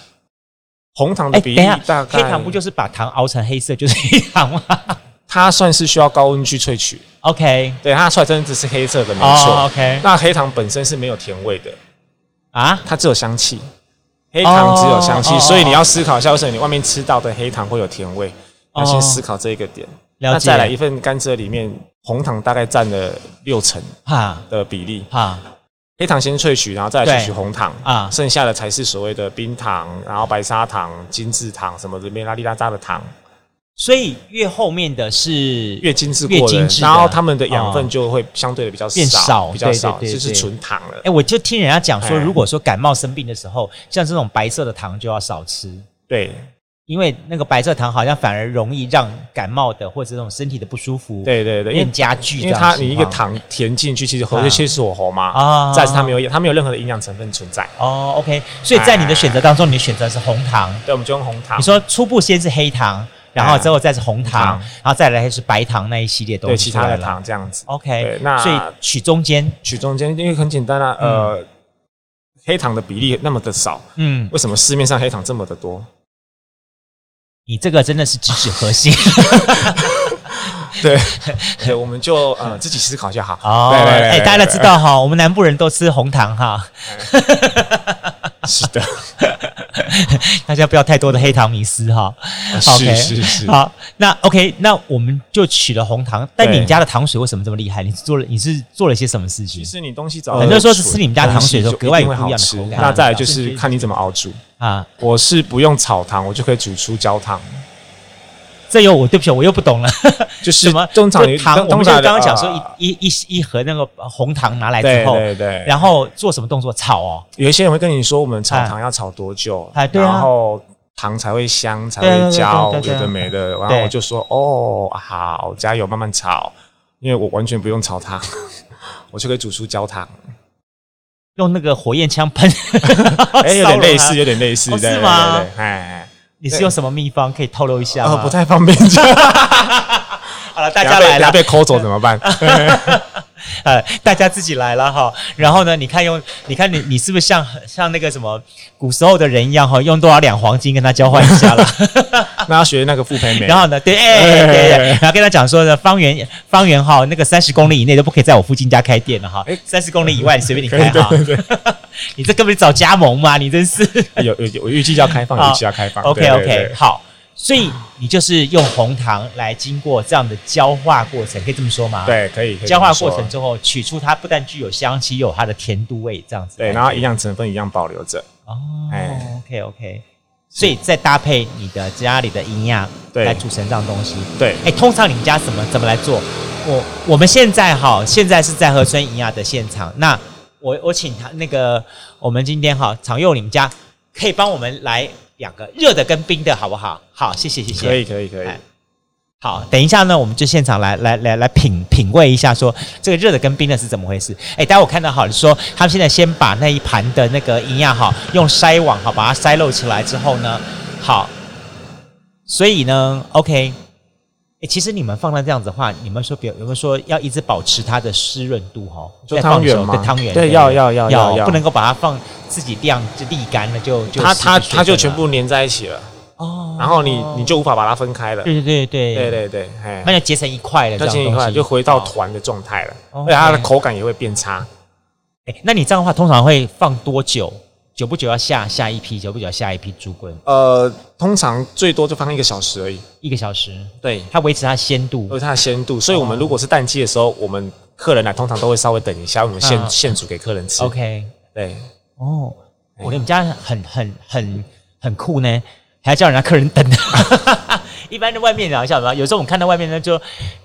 红糖
哎，
的
等
比
一
例
下
大，概
黑糖不就是把糖熬成黑色就是黑 糖吗
它算是需要高温去萃取，
？OK，
对，它出来真的是黑色的，没
哦
错。
，OK
那黑糖本身是没有甜味的，
啊，
它只有香气，黑糖只有香气，
哦
所以你要思考一下，为什么你外面吃到的黑糖会有甜味？
哦
要先思考这一个点。
了
那
解
再来一份甘蔗里面，红糖大概占了六成
哈
的比例，
哈
黑糖先萃取，然后再来
对
萃取红糖
啊
剩下的才是所谓的冰糖，然后白砂糖、精致糖什么的，没拉里拉扎的糖，
所以越后面的是
越精致
越
过
精
人
致，的啊
然后它们的养分
哦
就会相对的比较
变少
比较少，
对对对
就是
对
纯糖了
哎、。我就听人家讲说，
哎
如果说感冒生病的时候，像这种白色的糖就要少吃，
对
因为那个白色糖好像反而容易让感冒的或者这种身体的不舒服
对对对，因为
变加剧这
因为
样
它
的情
你一
况
个糖填进去，其实喉
啊
就切是我喉嘛
啊
再是它没有它没有任何的营养成分存在，
哦，OK，所以在
哎
你的选择当中，你的选择是红糖。
对，我们就用红糖
你。说初步先是黑糖，然后
哎
之后再是红
红
糖，
糖
然后再来是白糖那一系列东
对其
西
他的
出来了。
糖这样子，
OK，
对那
所以取中间，
取中间，因为很简单啊，呃，黑糖的比例那么的少，
嗯，
为什么市面上黑糖这么的 多？
你这个真的是直指核 心。
对，对，我们就呃自己思考一下哈。
哦，
对对对
哎，
对
大家
对
知道哈，我们南部人都吃红糖哈，
是的，
大家不要太多的黑糖迷思哈。OK
啊是是是。
好，那 OK，那我们就取了红糖。但
对
你们家的糖水为什么这么厉害？你是做了，你是做了些什么事情
其实你东西找，
很多人说是吃你们家糖水的时候格外有不一
东
样的
西就
口
一定会好吃
感
那再来就是看你怎么熬煮。
啊？
我是不用炒糖，我就可以煮出焦糖，
这又我对不起，我又不懂了。
就是
什么
通常
就
你
糖？我
通
们就
常
刚刚讲说
呃
一一一一盒那个红糖拿来
对
之后，
对对，
然后做什么动作？炒哦，
有一些人会跟你说，我们炒糖要炒多久，
哎对啊
然后糖才会香，才
对对
会
对
焦，
对
有
对对
的没的。然后
对
我就说，哦，好，加油，慢慢炒，因为我完全不用炒糖， 我就可以煮出焦 糖。
用那个火焰枪喷。
哎，有
烧了
点类
它
似，。有点类似，
哦
对
是吗？
对对对哎，
你是用什么秘方可以透露一下
哦，
吗？
不太方便讲，
好了，
大
大家 来了
被，抠走怎么 办？
呃，大家自己来了哈。然后呢，你看用，你看你，你是不是像像那个什么古时候的人一样哈，用多少两黄金跟他交换一下 了？
那要学那个傅培梅
然，后呢，对，哎、
哎
对对
哎
对，然后跟他讲说呢，方圆方圆哈，那个三十公里以内都不可以在我附近家开店了哈
哎，
三十公里以外你随便你
可
开
以，
哈。
对对对，
你这根本找加盟嘛，你真是。
哎有有有，我预计要开放，
好
预计要开放。
哦 OK
对对
OK，
对
好，所以你就是用红糖来经过这样的焦化过程，可以这么说吗？。
对，可以。可以
焦化
这么
过
说
程之后，取出它不但具有香气，又有它的甜度味，这样子。
对，然后营养成分一样保留着。
哦、
哎
o k OK，所以再搭配你的家里的营养，
对
来组成这样东西。
对，
哎、通常你们家怎么怎么来做？我我们现在哈，现在是在河村营养的现场。那我我请他那个，我们今天哈，常佑你们家可以帮我们来两个热的跟冰的，好不好？好，谢谢谢谢。
可以可以可以
哎。好，等一下呢，我们就现场来来来来品品味一下说，这个热的跟冰的是怎么回事？哎，待会我看到好说，他们现在先把那一盘的那个营养哈，用筛网哈把它筛漏起来之后呢，好，所以呢，OK，哎，其实你们放在这样子的话，你们说比如有没有说要一直保持它的湿润度哈？
就
在放
汤
的
圆
时候
吗
对汤圆，
对要要要要要
不能够把它放自己晾就沥干了就就
它
失去
它
水
它就
分
全
了
部粘在一起了。
哦
然后你你就无法把它分开了。
对对对
对对
对，
对，哎
那，就结成一块了，
那
这样
切一
东
块
西
就回到团的状态了，
哦
而且它的
OK
口感也会变差。
哎那你这样的话，通常会放多久？久不久要下下一批，久不久要下一批猪棍，
呃，通常最多就放一个小时而已。
一个小时，
对，
它维持它鲜度
而。且它的鲜度，所以我
哦
们如果是淡季的时候，我们客人来通常都会稍微等一下，我们现
嗯
现煮给客人吃。
OK，
对，
哦，我觉得你们家很很很很酷呢，还要叫人家客人等。 一般的外面啊，像什么，有时候我们看到外面呢，就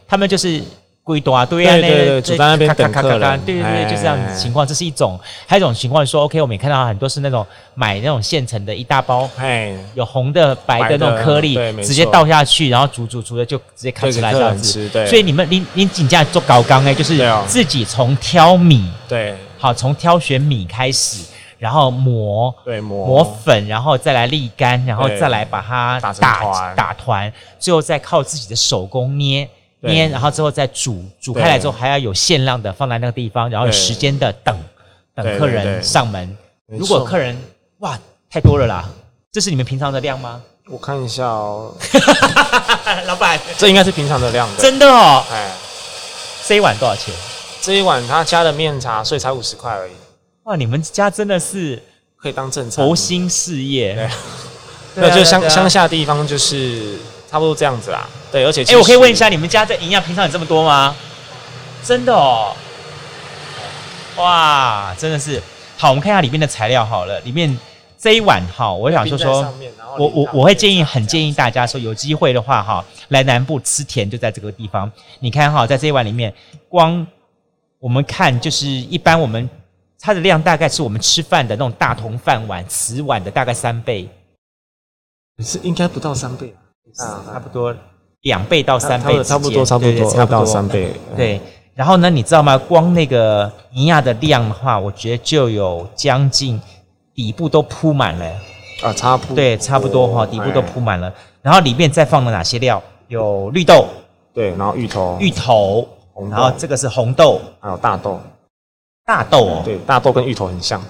他们就是归多啊，对啊，
对对对
就
主在那边等客人
对对
哎
对，就这样子情况。这是一种，还有一种情况是说，OK，我们也看到很多是那种买那种现成的一大包。
哎，
有红的、白的
白的
那种颗粒
对没，错
直接倒下去，然后煮煮煮的就直接开
对
始
给
来
客
这样
人
子。
吃。对，
所以你们您您请假做搞纲哎，就是
对啊
自己从挑米，
对
好，从挑选米开始，然后磨
对磨
磨粉，然后再来沥干，然后
对
再来把它
打成
打
团
打团，最后再靠自己的手工捏
对
捏，然后之后再煮煮
对
开来之后还要有限量的放在那个地方，然后有
对
时间的等等
对
客
对
人
对
上门。
没
如果
错
客人哇太多了啦，这是你们平常的 量吗？
我看一下哦，
老板，
这应该是平常的量的。
真的哦，
哎，
这一碗多少钱？
这一碗他加了面茶，所以才五十块而已，
哇，你们家真的是
可以当正餐。
佛心事业。
对
对啊
那就乡
对啊
乡下地方就是差不多这样子啦。对，而且
哎、
其
我可以
实
问一下，你们家这营养平常有这么多吗？真的哦，哇，真的是好。我们看一下里面的材料好了，里面这一碗哈，我想
冰
说
在
说
上，面，然后
我
淋
我
到
我会
面
建议，
茶
很
这样
建议大家说，有机会的话哈，来南部吃甜就在这个地方。你看哈，在这一碗里面，光我们看就是一般我们它的量大概是我们吃饭的那种大铜饭碗、瓷碗的大概三倍，
是应该不到三倍啊，
差不多两倍到三倍之间，
差不多差不
对对
多
差
二
不多
到三倍，
对，然后呢，你知道吗？光那个尼亚的量的话，我觉得就有将近底部都铺满了，
啊，差不多
对，差不多哈，底部都
哎
铺满了。然后里面再放了哪些料？有绿豆、
对，然后芋头、
芋头
红，豆
然后这个是红豆、
还有大豆，
大豆哦，
对，大豆跟芋头很像，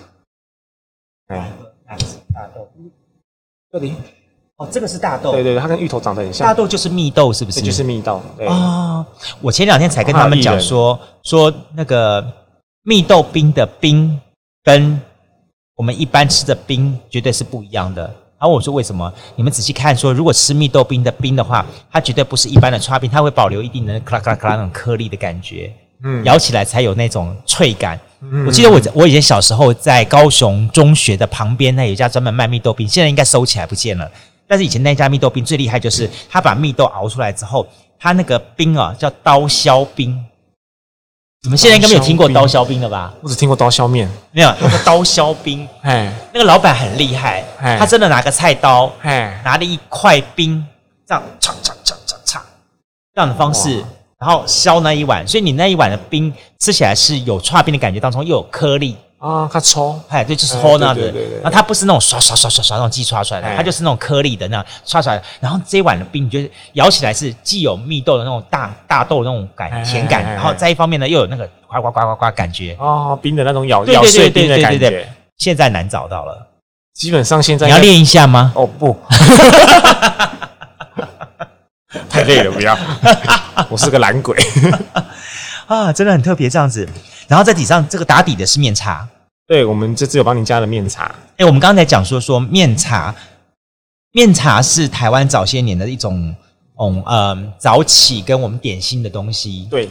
哎，
哪个是大豆？
这里，
哦，这个是大豆
对，对，对它跟芋头长得很
大
像，
豆就是蜜豆，是不
这
是？
就是蜜豆，对，
哦，我前两天才跟他们讲说说那个蜜豆冰的冰跟我们一般吃的冰绝对是不一样的。然后我说为什么？你们仔细看说，如果吃蜜豆冰的冰的话，它绝对不是一般的刨冰，它会保留一定的咔啦咔啦咔啦那种颗粒的感觉，
嗯
咬起来才有那种脆感。
嗯
我记得我我以前小时候在高雄中学的旁边那有一家专门卖蜜豆冰，现在应该收起来不见了。但是以前那家蜜豆冰最厉害就是他把蜜豆熬出来之后，他那个冰啊叫刀削冰。你们现在应该没有听过刀削冰了吧？
我只听过刀削面，
没有，他叫刀削冰。
哎
那个老板很厉害，
哎
他真的拿个菜刀，
哎，
拿了一块冰，这样嚓嚓嚓嚓嚓，这样的方式
哇，
然后削那一碗，所以你那一碗的冰吃起来是有串冰的感觉，当中又有颗粒，
啊，它抽，
哎，对，就是
哎
搓那样
对
子
对对对。
然后它不是那种刷刷刷刷刷那种机刷出来的，
哎
它就是那种颗粒的那样刷出来的。然后这一碗的冰，你就是咬起来是既有蜜豆的那种大大豆的那种
哎
感
哎
甜感，
哎哎
然后再一方面呢又有那个呱呱呱呱呱感觉。
哦，冰的那种咬
对
咬
对
碎
对对
冰的
对
感
对
觉
对，，现在难找到了。
基本上现在
你要
应该
练一下吗？
哦不， 太累了，不 要，我是个懒鬼。
啊，真的很特别这样子。然后在底上这个打底的是面茶。
对，我们这次有帮你加了面茶，
哎，我们刚才讲说说面茶，面茶是台湾早些年的一种，嗯嗯，早起跟我们点心的东西。
对，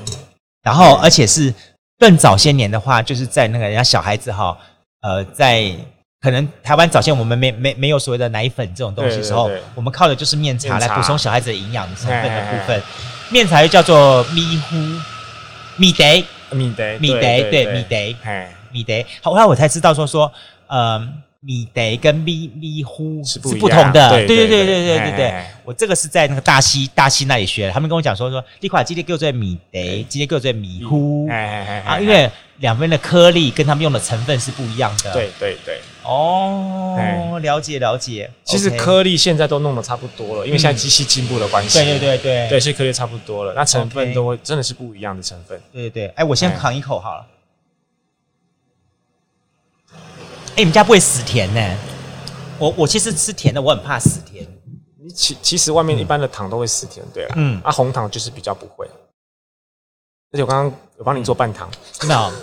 然后而且是更早些年的话，就是在那个人家小孩子哈，呃，在可能台湾早先我们没没没有所谓的奶粉这种东西的时候，
对对对
我们靠的就是面茶
面
来
茶
补充小孩子的营养成分的部
哎哎
分。面茶又叫做咪糊、米得、
米德，
米得，对米得、
哎，
米得。后来我才知道说说，呃，米得跟咪咪糊
是
是
不一样
不同的。
对
对
对对
对对对
哎
对
哎
对
哎，
我这个是在那个大溪大溪那里学的，他们跟我讲说说，你款今天给我做米得，今天给我做米糊。
哎哎哎
啊，因为两边的颗粒跟他们用的成分是不一样的。
对对对，
哦
哎，
了解了解。
其实
OK
颗粒现在都弄得差不多了，因为现在机器进步的关系。
嗯对对对对
对，
对
所以颗粒差不多了，那成
OK
分都会真的是不一样的成分。
对对，哎，我先
哎
扛一口好了。哎，你们家不会死甜呢？我我其实吃甜的，我很怕死甜。
你其其实外面一般的糖都会十天，对啦，
嗯
啊红糖就是比较不会。而且我刚刚有帮你做 半糖，
真的哦、哎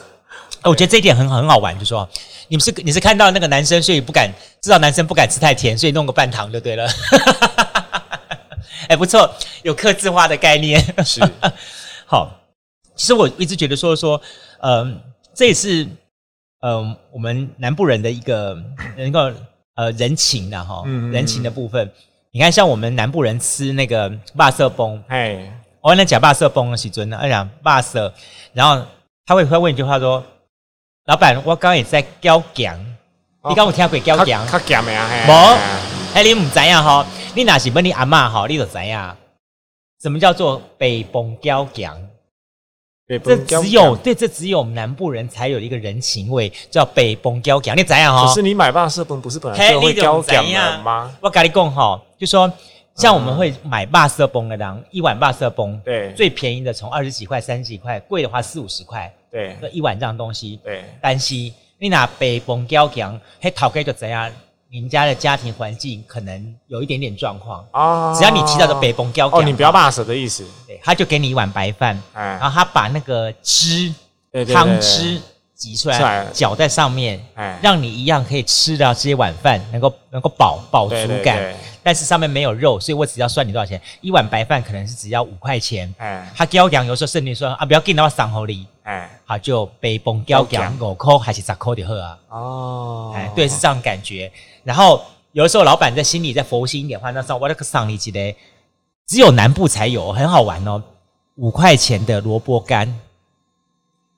我觉得这一点很很好玩，就说你们是你是看到那个男生，所以不敢知道男生不敢吃太甜，所以弄个半糖就对了。 哎、不错，有刻字化的概念。
是
好，其实我一直觉得说说，嗯、这也是嗯、我们南部人的一个能够呃人情的哈，
嗯嗯嗯
人情的部分。你看，像我们南部人吃那个辣色崩，
哎，
我哦那假霸色崩的时阵，哎呀霸色，然后他会会问一句话说：“老板，我刚刚也在交强，
哦
你刚有听过交强？
较咸的啊，嘿
无
啊
哎，你唔知呀吼，你哪是问你阿嬷吼，你就知呀。什么叫做北崩交强？
对
这
不能
只有
咸
对，这只有我们南部人才有一个人情味，叫北崩交强。你知呀
可
吼
是？你买霸色本不是本来
嘿
就会
你就
胶
不知啊
咸的
影
吗？
我跟你讲吼，就说像我们会买霸色崩的人，一碗霸色崩，
嗯对
最便宜的从二十几块、三十几块，贵的话四五十块。
对
那一碗这样东西，
对，
但是你拿北崩胶强，嘿，头家就怎样？你们家的家庭环境可能有一点点状况，
啊
只要你提到的北崩胶
哦，
强，
你不要霸色的意思，
对，他就给你一碗白饭，
哎
然后他把那个汁
对对对
汤汁挤出
出来
来，搅在上面，
哎，
让你一样可以吃到这些晚饭，能够能够饱饱足
对对
感
对，
但是上面没有肉，所以我只要算你多少钱，一碗白饭可能是只要五块钱。
哎
他胶强有时候甚至说啊，不要给到上喉里。
哎
啊，就被崩掉讲五块还是十块就好啊，
哦，
哎，对，是这样感觉。然后有的时候老板在心里再佛心一点的话，那时候我那个上一级嘞，只有南部才有，很好玩哦。五块钱的萝卜干，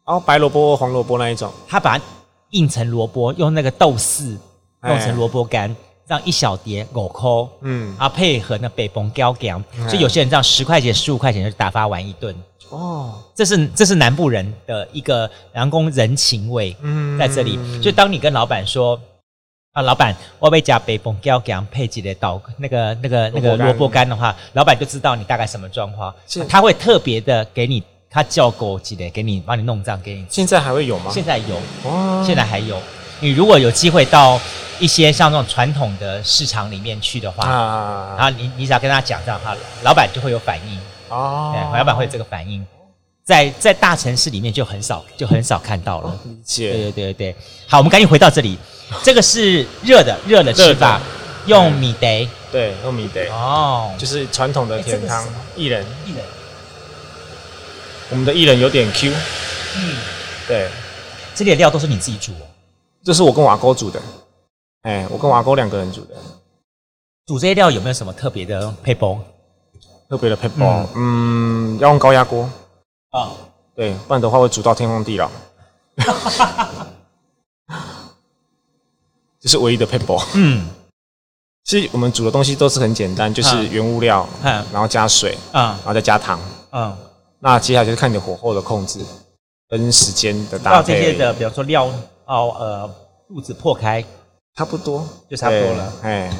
哦，白萝卜、黄萝卜那一种，
他把它印成萝卜，用那个豆豉弄成萝卜干，这样一小碟五块。
嗯，
啊，配合那北崩胶酱，
嗯
所以有些人这样十块钱、十五块钱就打发完一顿，
哦，
这是这是南部人的一个南宫人情味。
嗯
在这里。就当你跟老板说啊，老板，我被加北风要给配几的刀，那个那个那个
萝卜干
萝卜干的话，老板就知道你大概什么状况
是，
他会特别的给你他叫狗几的，给你帮你弄这样给你。
现在还会有吗？
现在有，
哇
现在还有。你如果有机会到一些像那种传统的市场里面去的话，然
啊
后你你只要跟他讲这样哈，老板就会有反应，
哦
对，哎老板会有这个反应。在在大城市里面就很少就很少看到了。
理
对
解，
对对对，好，我们赶紧回到这里。这个是热的，热的吃法
热的，
用米得
对，糯米得
哦，
就是是传统的甜汤
哎这个是
薏仁，
一人。
我们的薏仁有点 Q，
嗯，
对，
这里的料都是你自己煮哦，
这是我跟我阿哥煮的，哎，我跟我阿哥两个人煮的，
煮这些料有没有什么特别的配方？
特别的配包，嗯，要用高压锅，
啊，
对，不然的话会煮到天荒地老。 这是唯一的配包。
嗯
其实我们煮的东西都是很简单，就是
嗯
原物料，
嗯
然后加水，
嗯
然后再加糖。
嗯，
那接下来就是看你的火候的控制跟时间的搭
到这些
配，
的，比方说料哦呃肚子破开，
差不多
就差不多了。
对哎，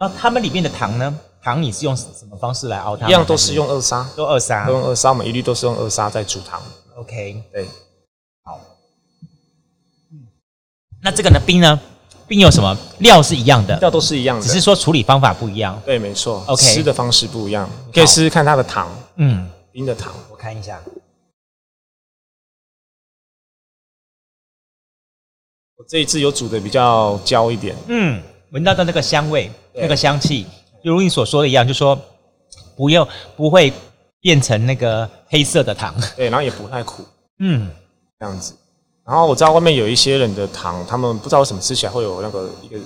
那他们里面的糖呢？糖你是用什么方式来熬它？
一样都是用二砂，
都二砂
都用二砂，我们一律都是用二砂在煮糖。
，OK。
对，
那这个呢冰呢？冰有什么料是一样的，
料都是一样
只是
的。
说处理方法不一样。
对，没错。
OK
吃的方式不一样，你可以
好
试试看它的糖，
嗯，
冰的糖。
我看一下。
我这一次有煮的比较焦一点，
嗯，闻到的那个香味，
对
那个香气，就如你所说的一样，就说不用不会变成那个黑色的糖。
对，然后也不太苦。
嗯，
这样子。然后我知道外面有一些人的糖，他们不知道为什么吃起来会有那个一个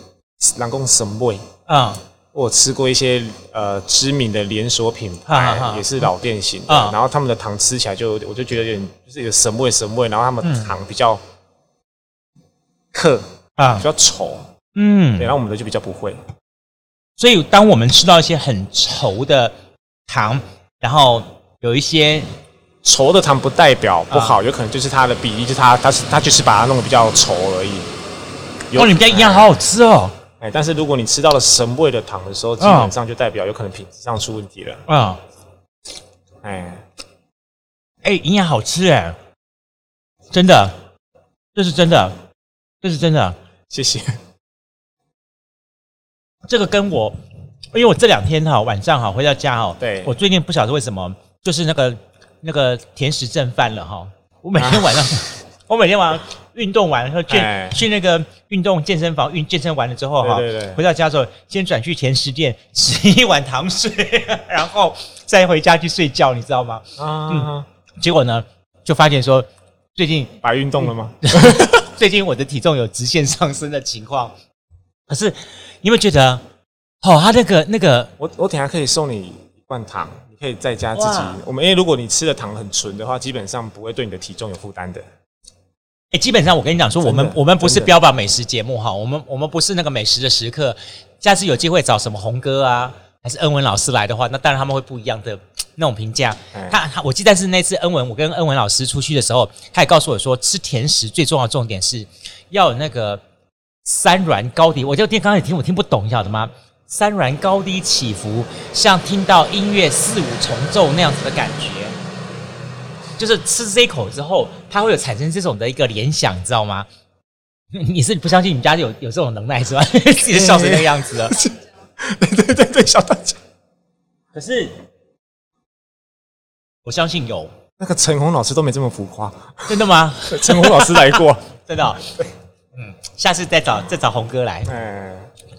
南宫神味。
啊、
我有吃过一些呃知名的连锁品
啊
牌，
啊啊
也是老店型的，
啊
然后他们的糖吃起来就有点我就觉得有点就是有神味神味，然后他
嗯
们糖比较克、
啊
比，较稠，对，
嗯，
然后我们的就比较不会。
所以当我们吃到一些很稠的糖，然后有一些
稠的糖不代表不
啊
好，有可能就是它的比例，就是它它是它就是把它弄得比较稠而已。有
哦，你们家一样好好吃哦，
哎，但是如果你吃到了神味的糖的时候，基本上就代表有可能品质上出问题了。
啊、
哎，
哎、营养好吃哎，真的，这是真的，这是真的。
谢谢。
这个跟我因为我这两天哈晚上哈回到家哈，
对
我最近不晓得为什么，就是那个那个甜食症犯了哈。我每天晚上， 我每天晚上运动完后去
啊哎
去那个运动健身房运健身完了之后哈
对对对，
回到家之后先转去甜食店吃一碗糖水， 然后再回家去睡觉，你知道吗？
啊，
结果呢，就发现说最近
白运动了吗？
嗯 最近我的体重有直线上升的情况，可是你有没有觉得，哦，他那个那个
我我等一下可以送你一罐糖，你可以在家自己
哇。
我们因为如果你吃的糖很纯的话，基本上不会对你的体重有负担的。
哎、基本上我跟你讲说，我们
真的
我们不是
真的
标榜美食节目哈，我们我们不是那个美食的时刻。下次有机会找什么红哥啊，还是恩文老师来的话，那当然他们会不一样的嘖那种评价
哎。
他他，我记得是那次恩文，我跟恩文老师出去的时候，他也告诉我说，吃甜食最重要的重点是要有那个三软高低。我就听刚才听我听不懂，你晓得吗？三软高低起伏，像听到音乐四五重奏那样子的感觉。就是吃这一口之后，它会有产生这种的一个联想，你知道吗？ 你是不相信你们家有有这种能耐是吧？ 自己笑成那个样子了。
对对对对，小大姐，
可是我相信有，
那个陈红老师都没这么浮 夸，
真的吗？
陈红老师来过。
真的哦、嗯，下次再找再找红哥来。
哎，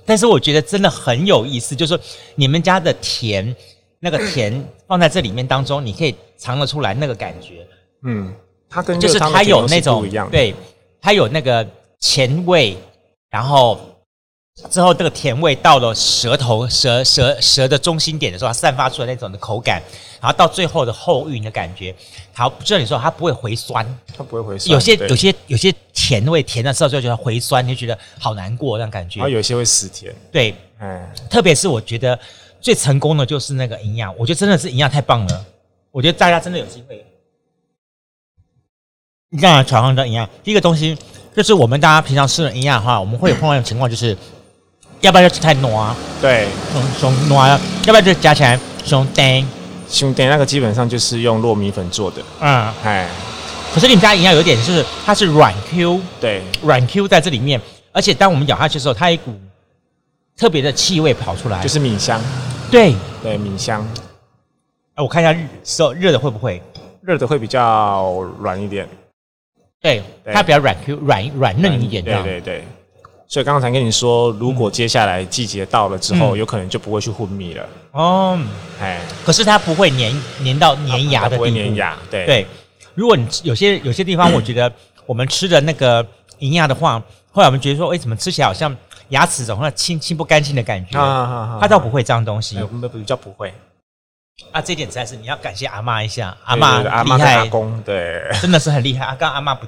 但是我觉得真的很有意思，就是说你们家的甜，那个甜放在这里面当中，你可以尝得出来那个感觉，
嗯，他跟
就是
热汤的
它
甜
有
都
那种
不一样的，
对，它有那个前味，然后之后这个甜味到了舌头舌舌舌的中心点的时候，它散发出来那种的口感，然后到最后的后韵的感觉，好，就像你说它不会回酸，
他不会回酸。
有些
对
有，些有些甜味甜的时候就觉得回酸，你就觉得好难过那种感觉
然后，有些会死甜。
对，
哎，
特别是我觉得最成功的就是那个营养，我觉得真的是营养太棒了。我觉得大家真的有机会，你看啊，炒上的营养，第一个东西就是我们大家平常吃的营养的话，我们会有碰到一种情况，就是要不然就吃太浓啊，
对，
熊熊浓啊，要不然就加起来熊丁，
兄弟，那个基本上就是用糯米粉做的。
嗯。
哎，
可是你们家营养有一点就是它是软 Q
对，
软 Q 在这里面，而且当我们咬下去的时候，它有一股特别的气味跑出来，
就是米香，
对。
对，米香，
哎我看一下热热热的会不会？
热的会比较软一点，
对，
对
它比较软 Q 软软嫩一点这
对
样。
对对。所以刚才跟你说，如果接下来季节到了之后，
嗯
有可能就不会去混米了，
哦，
哎，
可是它不会粘粘到粘牙
它
的地
不
步。
会粘。牙，对
对，如果你吃有些有些地方，我觉得我们吃的那个银牙的话，后来我们觉得说，哎，怎么吃起来好像牙齿总会清清不干净的感觉？
啊
它倒不会这样东西
哎我们比较不会，
啊，这一点实在是你要感谢阿嬷一下，阿
对
嬷
对对阿
厉
妈跟阿
害，
公，对，
真的是很厉害。啊，刚刚阿嬷不，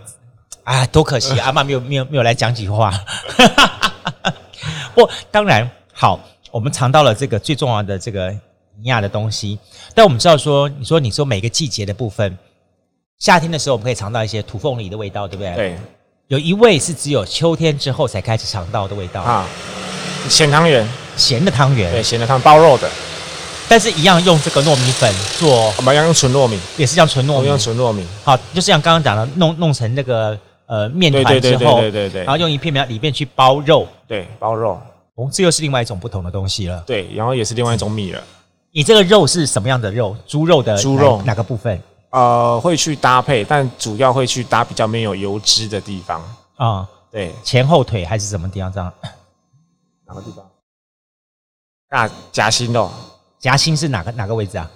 啊，多可 惜，阿嬷没有没有没有来讲几句话。 不，当然好，我们尝到了这个最重要的这个尼亚的东西，但我们知道说，你说你说每个季节的部分，夏天的时候我们可以尝到一些土凤梨的味道，对不对？。
对
有一味是只有秋天之后才开始尝到的味道，
啊，咸汤圆，
咸的汤
对，
圆，
咸的汤包肉的，
但是一样用这个糯米粉做，
我们要用纯糯米，
也是像纯
我
糯
们用
米。
纯糯米，
好，就是像刚刚讲的，弄弄成那个呃面
对
团
对
之
对
后，
对对对对
然后用一片面里面去包肉，
对，包肉，
哦，这又是另外一种不同的东西了。
对，然后也是另外一种米了。
你这个肉是什么样的肉？猪肉的
猪
哪
肉
哪个部分
呃，会去搭配，但主要会去搭比较没有油脂的地方。
啊、
对，
前后腿还是什么地啊方？这样
哪个地方？那夹心哦肉
夹心是哪个哪个位置啊？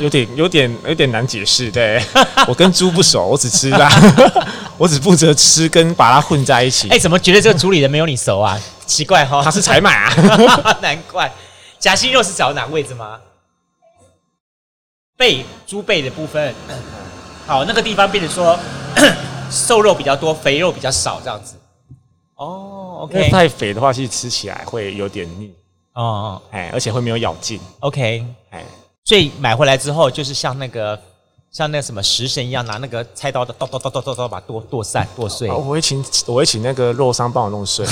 有点、有点、有点难解释。对， 我跟猪不熟，我只吃 辣，我只负责吃跟把它混在一起
哎、。怎么觉得这个处理的没有你熟啊？奇怪哈、
他是采买啊，
难怪夹心肉是找哪个位置吗？背猪背的部分， 好，那个地方变成说 瘦肉比较多，肥肉比较少这样子。哦
因为
，OK，
太肥的话，其实吃起来会有点腻，
哦哦
哎，而且会没有咬劲，
，OK，
哎，
所以买回来之后，就是像那个像那个什么食神一样，拿那个菜刀的剁剁剁剁剁剁，把它剁剁散剁碎
啊。我会请我会请那个肉商 帮我弄碎，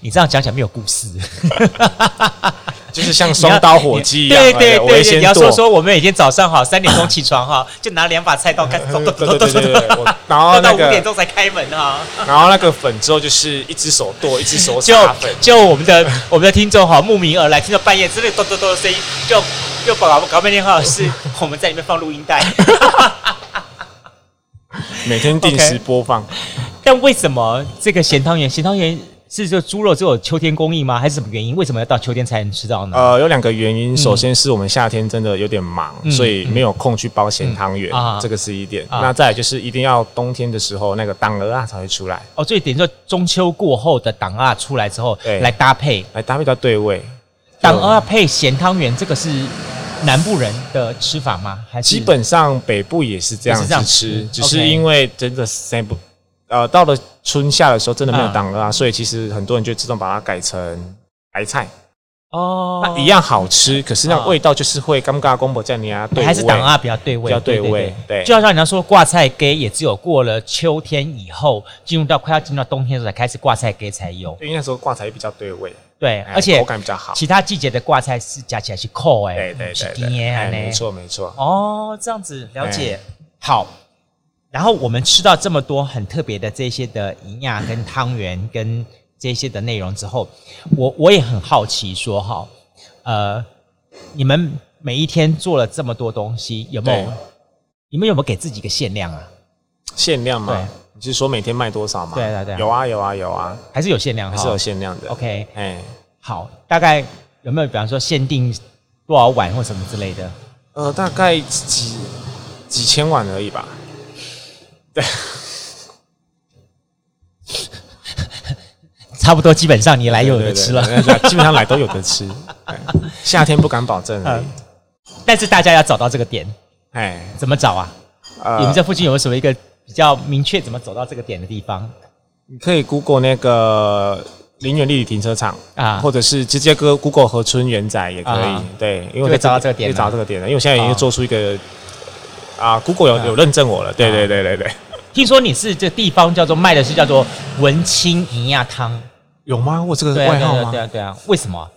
你这样讲起来没有故事。
就是像双刀火鸡一样，
对对
有
对
危
对，
险
你要说
剁
说我们每天早上哈三点钟起床哈，就拿两把菜刀开始咚咚
对对
咚咚
对对
咚咚
对，
咚，
我然后
咚
那
到五点
个
钟才开门哈。
然后那个粉之后就是一只手剁，一只手
就
撒粉，
就我们的我们的听众哈，慕名而来，听到半夜之类咚咚咚的声音，就就搞搞半天哈，是我们在里面放录音带。
每天定时播放。
但为什么这个咸汤圆？咸汤圆是就猪肉只有秋天供应吗？还是什么原因？为什么要到秋天才能吃到呢？
呃，有两个原因，首先是我们夏天真的有点忙，
嗯
所以没有空去包咸汤圆
嗯啊，
这个是一点。
啊
那再来就是一定要冬天的时候，那个当鹅啊才会出来，
哦，所以等于说中秋过后的档啊出来之后，
对
来搭配
来搭配到对味。
档啊配咸汤圆，这个是南部人的吃法吗？还是
基本上北部也是这样
也是这样
子吃
吃，
只是
OK
因为真的塞不，呃，到了春夏的时候真的没有
嗯
当鹅啊，所以其实很多人就自动把它改成白菜，
哦
啊那一样好吃，可是那
啊
个味道就是会尴尬公婆在你啊，对味
还是档案比较对
比
味，
较对味对
就好像人家说挂菜给也只有过了秋天以后，进入到快要进入到冬天的时候才开始挂菜给才有。
因为那时候挂才比较对味，
对，
哎
而且
口感比较好。
其他季节的挂菜是夹起来是扣哎，
对对对
是甜
对，
的
哎
呢
没。错没错。
哦，这样子了解、
哎
好。然后我们吃到这么多很特别的这些的营养跟汤圆跟这些的内容之后，我我也很好奇说哈，呃，你们每一天做了这么多东西，有没有
对？
你们有没有给自己一个限量啊？
限量
对
嘛，你是说每天卖多少嘛？
对对对
有啊有啊有啊，
还是有限量哈？
还是有限量的。
OK，
哎，
好，大概有没有比方说限定多少碗或什么之类的？
呃，大概几几千碗而已吧。
差不多，基本上你来又有的吃了。
对，对对对基本上来都有得吃。 哎夏天不敢保证而已。
嗯但是大家要找到这个点，
哎，
怎么找啊？你们
呃，
这附近有没有什么一个比较明确怎么走到这个点的地方
你可以 Google 那个林园立体停车场。
啊？
或者是直接跟 Google 和春园仔也可以，
啊
对，因为
就
我
会
在
找到这个点
就找
了
到这个点了，因为我现在已
啊
经做出一个啊，Google
啊
有有认证我了，对对对对对，
听说你是这地方叫做卖的是叫做文青银亚汤，
有吗？我这个
对啊
外
对
号
啊
吗
对？啊对啊，为什么啊？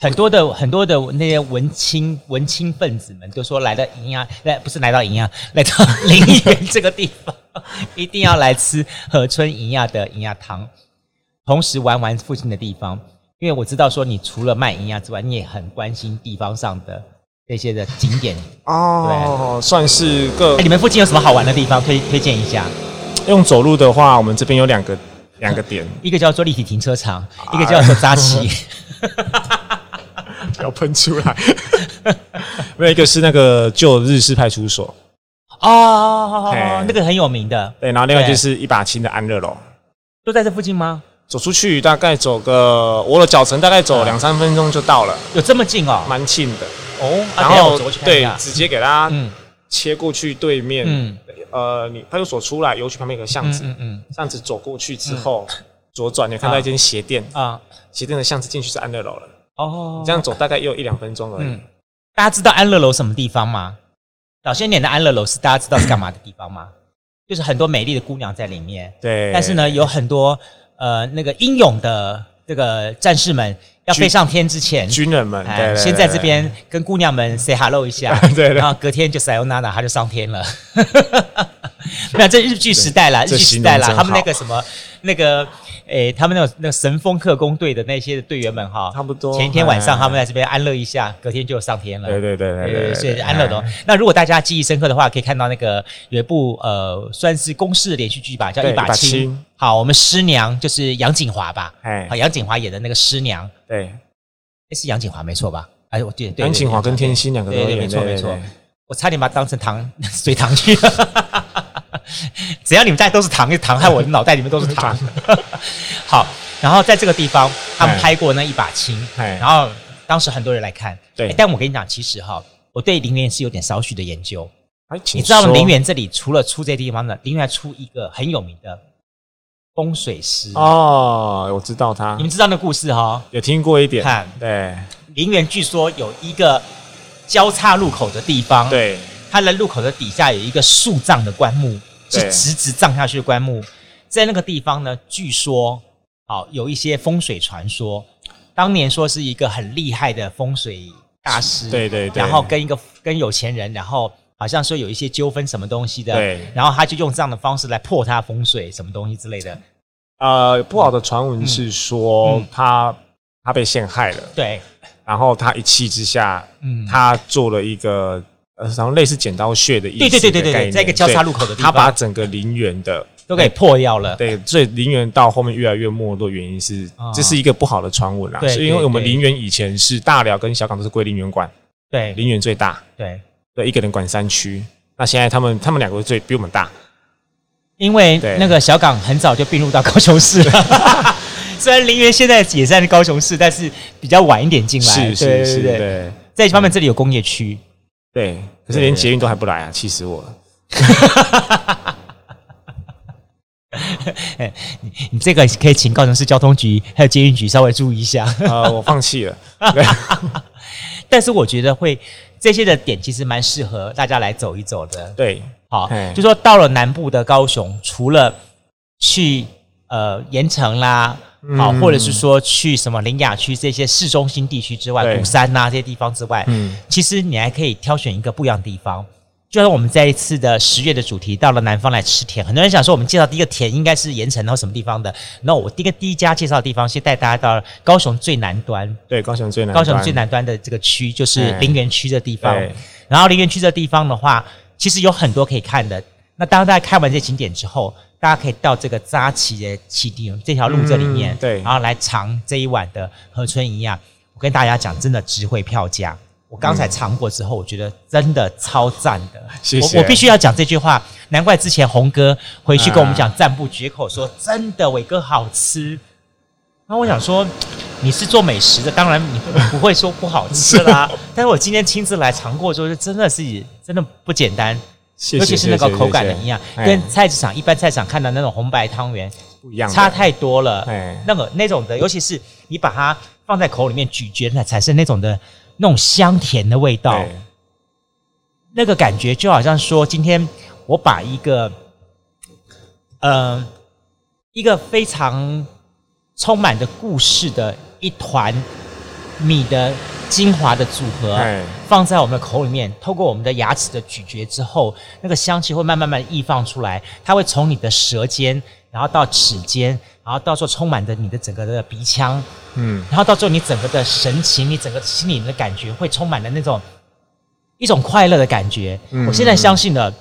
很多的很多的那些文青文青分子们都说来到营养，来不是来到营养，来到林园这个地方，一定要来吃河村营养的营养汤，同时玩玩附近的地方。因为我知道说，你除了卖营养之外，你也很关心地方上的这些的景点。
哦，算是个
啊哎，你们附近有什么好玩的地方？推推荐一下，
用走路的话，我们这边有两个两个点，
一个叫做立体停车场，一个叫做扎
哎
旗。
不要喷出来。 没有一个是那个旧日式派出所，
哦
嘿，
那个很有名的，
对，然后另外
对
就是一把青的安乐楼。
都在这附近吗？
走出去大概走个，我的脚程大概走
啊
两三分钟就到了，
有这么近哦？
蛮近的。
哦，啊
然
等一下我
后
走过去看一
对
下，
直接给它
嗯
切过去对面，
嗯
呃，你派出所出来，邮局旁边有个巷
嗯
子，
嗯嗯
巷子走过去之后，左转你看到一间鞋店，
啊
鞋店的巷子进去是安乐楼了，
哦，
这样走大概也有一两分钟而已。
嗯，大家知道安乐楼什么地方吗？早些年的安乐楼是大家知道是干嘛的地方 吗？就是很多美丽的姑娘在里面，
对，
但是呢，有很多呃那个英勇的这个战士们要飞上天之前，
军人们，对
哎，
对
先在
对
这边跟姑娘们 say hello 一下，
对对
然后隔天就 sayonara，他就上天了。 没有，这日剧时代啦，日
这
剧时代啦
形，容真
他们那
好
个什么，那个，诶、他们那种那个神风特工队的那些队员们哈，
差不多
前一天晚上
哎
他们在这边安乐一下，隔天就上天了。
对对对对对
对，
对，哎
所以
对
安乐楼。那如果大家记忆深刻的话，可以看到那个有一部呃，算是公式连续剧吧，叫《
对
一把
一把
青》
青
好，我们师娘就是杨锦华吧，
哎
好，杨锦华演的那个师娘，
对，
诶是杨锦华没错吧？哎，我记得对
安庆华跟天心两个都
对
有
对，
演，
没错
对
没
对
错
对，
我差点把它当成糖 随糖去了。只要你们在都是糖，就糖害我的脑袋里面都是糖。 好，然后在这个地方，他们
哎
拍过那一把青，
哎
然后当时很多人来看。
对
哎但我跟你讲，其实哈，我对陵园是有点少许的研究。
哎请
你知道吗？
说
陵园这里除了出这地方呢，陵园还出一个很有名的风水师。
哦，我知道他
你，们知道那故事哈？
有听过一点，
看
对
陵园据说有一个交叉路口的地方，
对
它的路口的底下有一个树葬的棺木，是
对
直直葬下去的棺木。在那个地方呢，据说好、有一些风水传说，当年说是一个很厉害的风水大师，
对对对
然后跟一个跟有钱人，然后好像说有一些纠纷什么东西的，
对
然后他就用这样的方式来破他风水什么东西之类的，
呃，不好的传闻是说
嗯
他、他被陷害了，
对，
然后他一气之下，
嗯
他做了一个呃，然后类似剪刀穴的意思
对对对对
的
对
概
对，
念
在一个交叉路口的
对
地
他
方，
把整个陵园的
都给破掉了，
对，所以陵园到后面越来越没落，原因是、
啊
这是一个不好的传闻啦，啊
对
是因
对
为我们
对
陵园以前是大寮跟小港都是归陵园管，
对
陵园最大，
对，
对，一个人管三区。那现在他们他们两个最比我们大，
因为
对
那个小港很早就并入到高雄市 了。虽然林园现在也算是高雄市，但是比较晚一点进来。
是
对
是
对
是，
对对，
对
在一方面这里有工业区，
对。可是连捷运都还不来啊，气死我了！
你这个可以请高雄市交通局还有监运局稍微注意一下。
呃，我放弃了。对
但是我觉得会这些的点其实蛮适合大家来走一走的。
对
好
嘿，
就说到了南部的高雄，除了去呃盐城啦，好，
嗯
或者是说去什么林雅区这些市中心地区之外，
对
鼓山呐、啊这些地方之外，
嗯
其实你还可以挑选一个不一样的地方。就像我们这一次的十月的主题，到了南方来吃甜，很多人想说我们介绍第一个甜应该是盐城，然后什么地方的？no，我第一个第一家介绍的地方，先带大家到高雄最南端，
对，高雄最南
高
端，
雄最南端的这个区就是
哎
林园区的地方
对。
然后林园区这地方的话，其实有很多可以看的。那当大家看完这景点之后，大家可以到这个扎旗的起点这条路这里面，
嗯对
然后来尝这一碗的河村一样。我跟大家讲，真的值回票价。我刚才尝过之后，我觉得真的超赞的。
谢谢
我我必须要讲这句话，难怪之前红哥回去跟
啊
我们讲赞不绝口，说真的伟哥好吃。然后我想说，你是做美食的，当然你不不会说不好吃 啦。但是我今天亲自来尝过之后，就真的是真的不简单，
谢谢，
尤其是那个
谢谢
口感的
谢谢
营养，
哎
跟菜市场一般菜市场看到那种红白汤圆
不一样的，
差太多了。
哎
那个那种的，尤其是你把它放在口里面咀嚼，产生那种的那种香甜的味道
对，
那个感觉就好像说，今天我把一个，呃，一个非常充满着故事的一团米的精华的组合
哎，
放在我们的口里面，透过我们的牙齿的咀嚼之后，那个香气会慢慢慢地溢放出来，它会从你的舌尖，然后到齿间，然后到时候充满着你的整个的鼻腔，
嗯，
然后到最后你整个的神情，你整个心里的感觉会充满了那种一种快乐的感觉。
嗯
我现在相信了，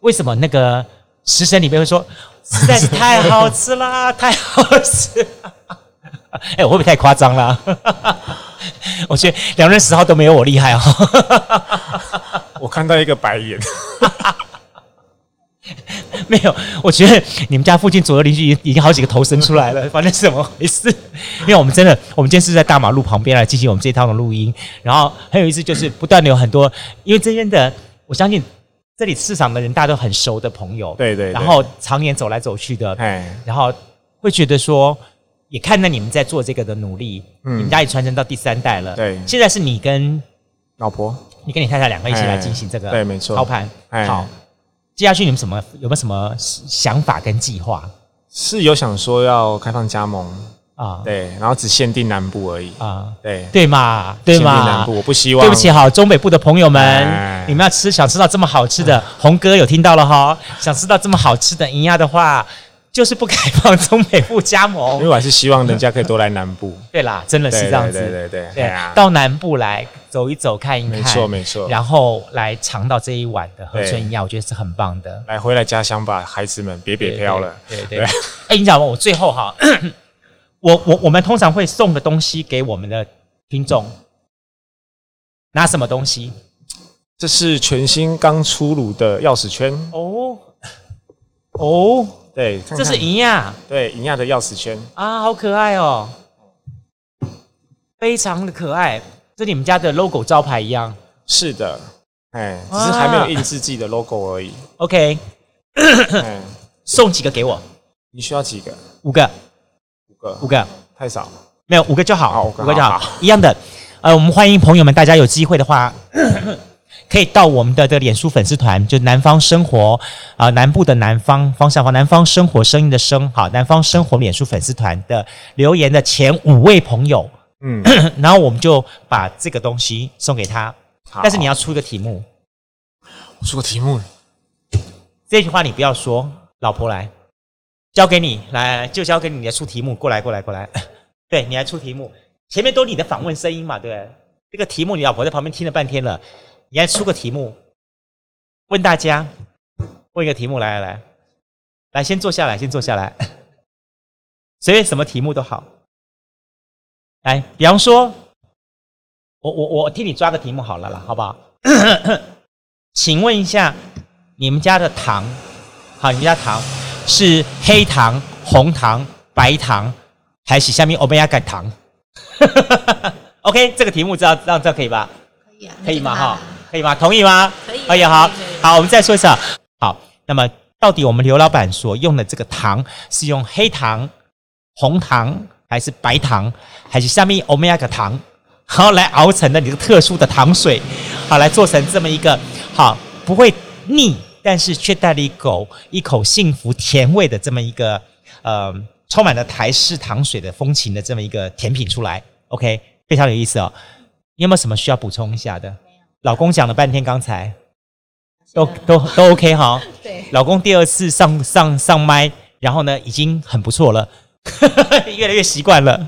为什么那个食神里面会说实在是太好吃啦，太好吃啦！ 哎、我会不会太夸张啦？ 我觉得两人十号都没有我厉害哦。
我看到一个白眼，
没有，我觉得你们家附近左右邻居已已经好几个头伸出来了， 反正是怎么回事？因为我们真的，我们今天是在大马路旁边来进行我们这一趟的录音，然后很有意思，就是不断的有很多，因为这边的，我相信这里市场的人大家都很熟的朋友，
对对对
然后常年走来走去的，
哎，
然后会觉得说，也看到你们在做这个的努力，
嗯
你们家也传承到第三代了，
对
现在是你跟
老婆，
你跟你太太两个一起来进行这个
哎对没错
操盘。
哎
好，接下去你们什么有没有什么想法跟计划
是有想说要开放加盟，
啊？
对，然后只限定南部而已，
啊，
对，
对嘛，对
限定南
嘛
部，。我不希望，
对不起，好，中北部的朋友们，
哎
你们要吃想吃到这么好吃的，红哥有听到了哈。想吃到这么好吃的营养的话，就是不开放中北部加
因为
盟。
我还是希望人家可以多来南部，
对啦，真的 是
对
这样
对
子。
对对对，
对
哎呀，
到南部来走一走，看一看，
没错没错
然后来尝到这一碗的河村
对
营养，我觉得是很棒的。
来回来家乡吧，孩子们别北漂了，
对对。对哎，你讲完我最后哈，我我我们通常会送个东西给我们的听众，拿什么东西？
这是全新刚出炉的钥匙圈，
哦哦，
对，看看
这是银亚
对银亚的钥匙圈，
啊，好可爱哦，非常的可爱，跟你们家的 logo 招牌一样。
是的，哎，只
哇
是还没有印制自己的 logo 而已，
OK，
哎，
送几个给我？
你需要几个？
五个，
五个，
五个。
太少，
没有五个就好，
好
五
五
个
个
就好，
好
一样的。呃，我们欢迎朋友们，大家有机会的话， 可以到我们的这个脸书粉丝团，就南方生活啊、呃南部的南方方向方，南方生活声音的声，好，南方生活脸书粉丝团的留言的前五位朋友，
嗯，
然后我们就把这个东西送给他，
好
但是你要出一个题目，
出个题目，
这句话你不要说，老婆来，交给你，来来就交给你你来出题目，过来过来过 来，对你来出题目，前面都你的访问声音嘛，对不对，这个题目你老婆在旁边听了半天了，你来出个题目，问大家，问一个题目，来来来，来先坐下来，先坐下来， 随便什么题目都好，来，比方说，我我我替你抓个题目好了啦，好不好？请问一下，你们家的糖，好，你们家糖是黑糖、红糖、白糖，还是下面欧米伽糖 ？OK，这个题目知道知道这样可以吧？
可以啊，
可以吗？哈
那就，
可以吗？同意吗？
可以啊
哎呀，好
可以可以
好，我们再说一次啊。好，那么到底我们刘老板所用的这个糖是用黑糖、红糖，还是白糖，还是下面欧米伽糖，然后来熬成的你这个特殊的糖水，好来做成这么一个好不会腻，但是却带了一口一口幸福甜味的这么一个呃充满了台式糖水的风情的这么一个甜品出来。OK，非常有意思哦。你有没有什么需要补充一下的？老公讲了半天，刚才都都都 OK 哈。
对，
老公第二次上上上麦，然后呢，已经很不错了， 越来越习惯了。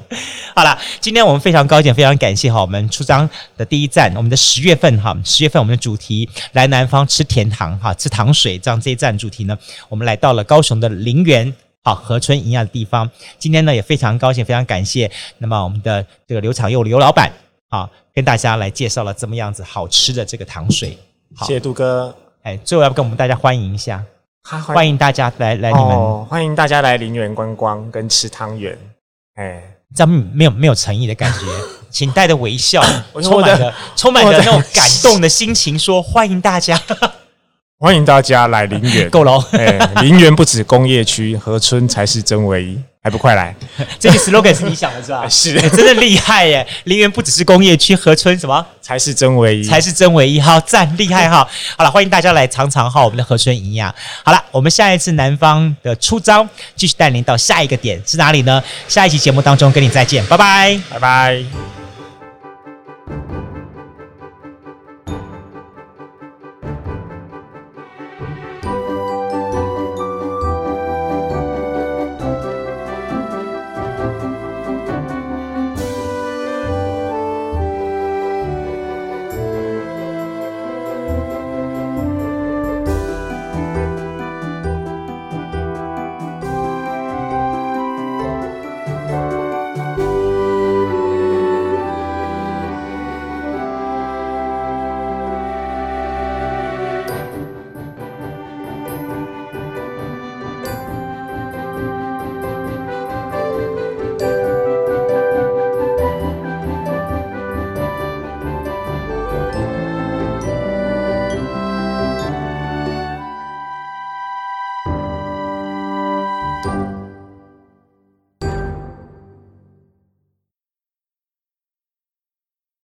好啦，今天我们非常高兴，非常感谢哈，我们出张的第一站，我们的十月份哈，十月份我们的主题来南方吃甜糖哈，吃糖水这样这一站主题呢，我们来到了高雄的林园。好，河村一样的地方，今天呢也非常高兴，非常感谢。那么我们的这个刘长佑刘老板，啊，跟大家来介绍了这么样子好吃的这个糖水。好
谢谢杜哥，
哎，最后要不跟我们大家欢迎一下。
欢
欢迎大家来来你们，
哦，欢迎大家来林园观光跟吃汤圆，哎。
这样没有没有诚意的感 觉，请带着微笑，
我
充满
我
着充满着
我的
那种感动的心情说欢迎 大家，
欢迎大家来陵 园。
够了哦，
哎，陵园不止工业区，河村才是真唯一，还不快 来？
这个 slogan 是你想的是吧？
啊是
哎真的厉害耶！陵园不只是工业区，河村什么
才是真唯一，
才是真唯一哈，赞厉害哈！好了，欢迎大家来尝尝哈我们的河村营养。好了，我们下一次南方的出招继续带您到下一个点是哪里呢？下一期节目当中跟你再见，拜拜。
拜拜。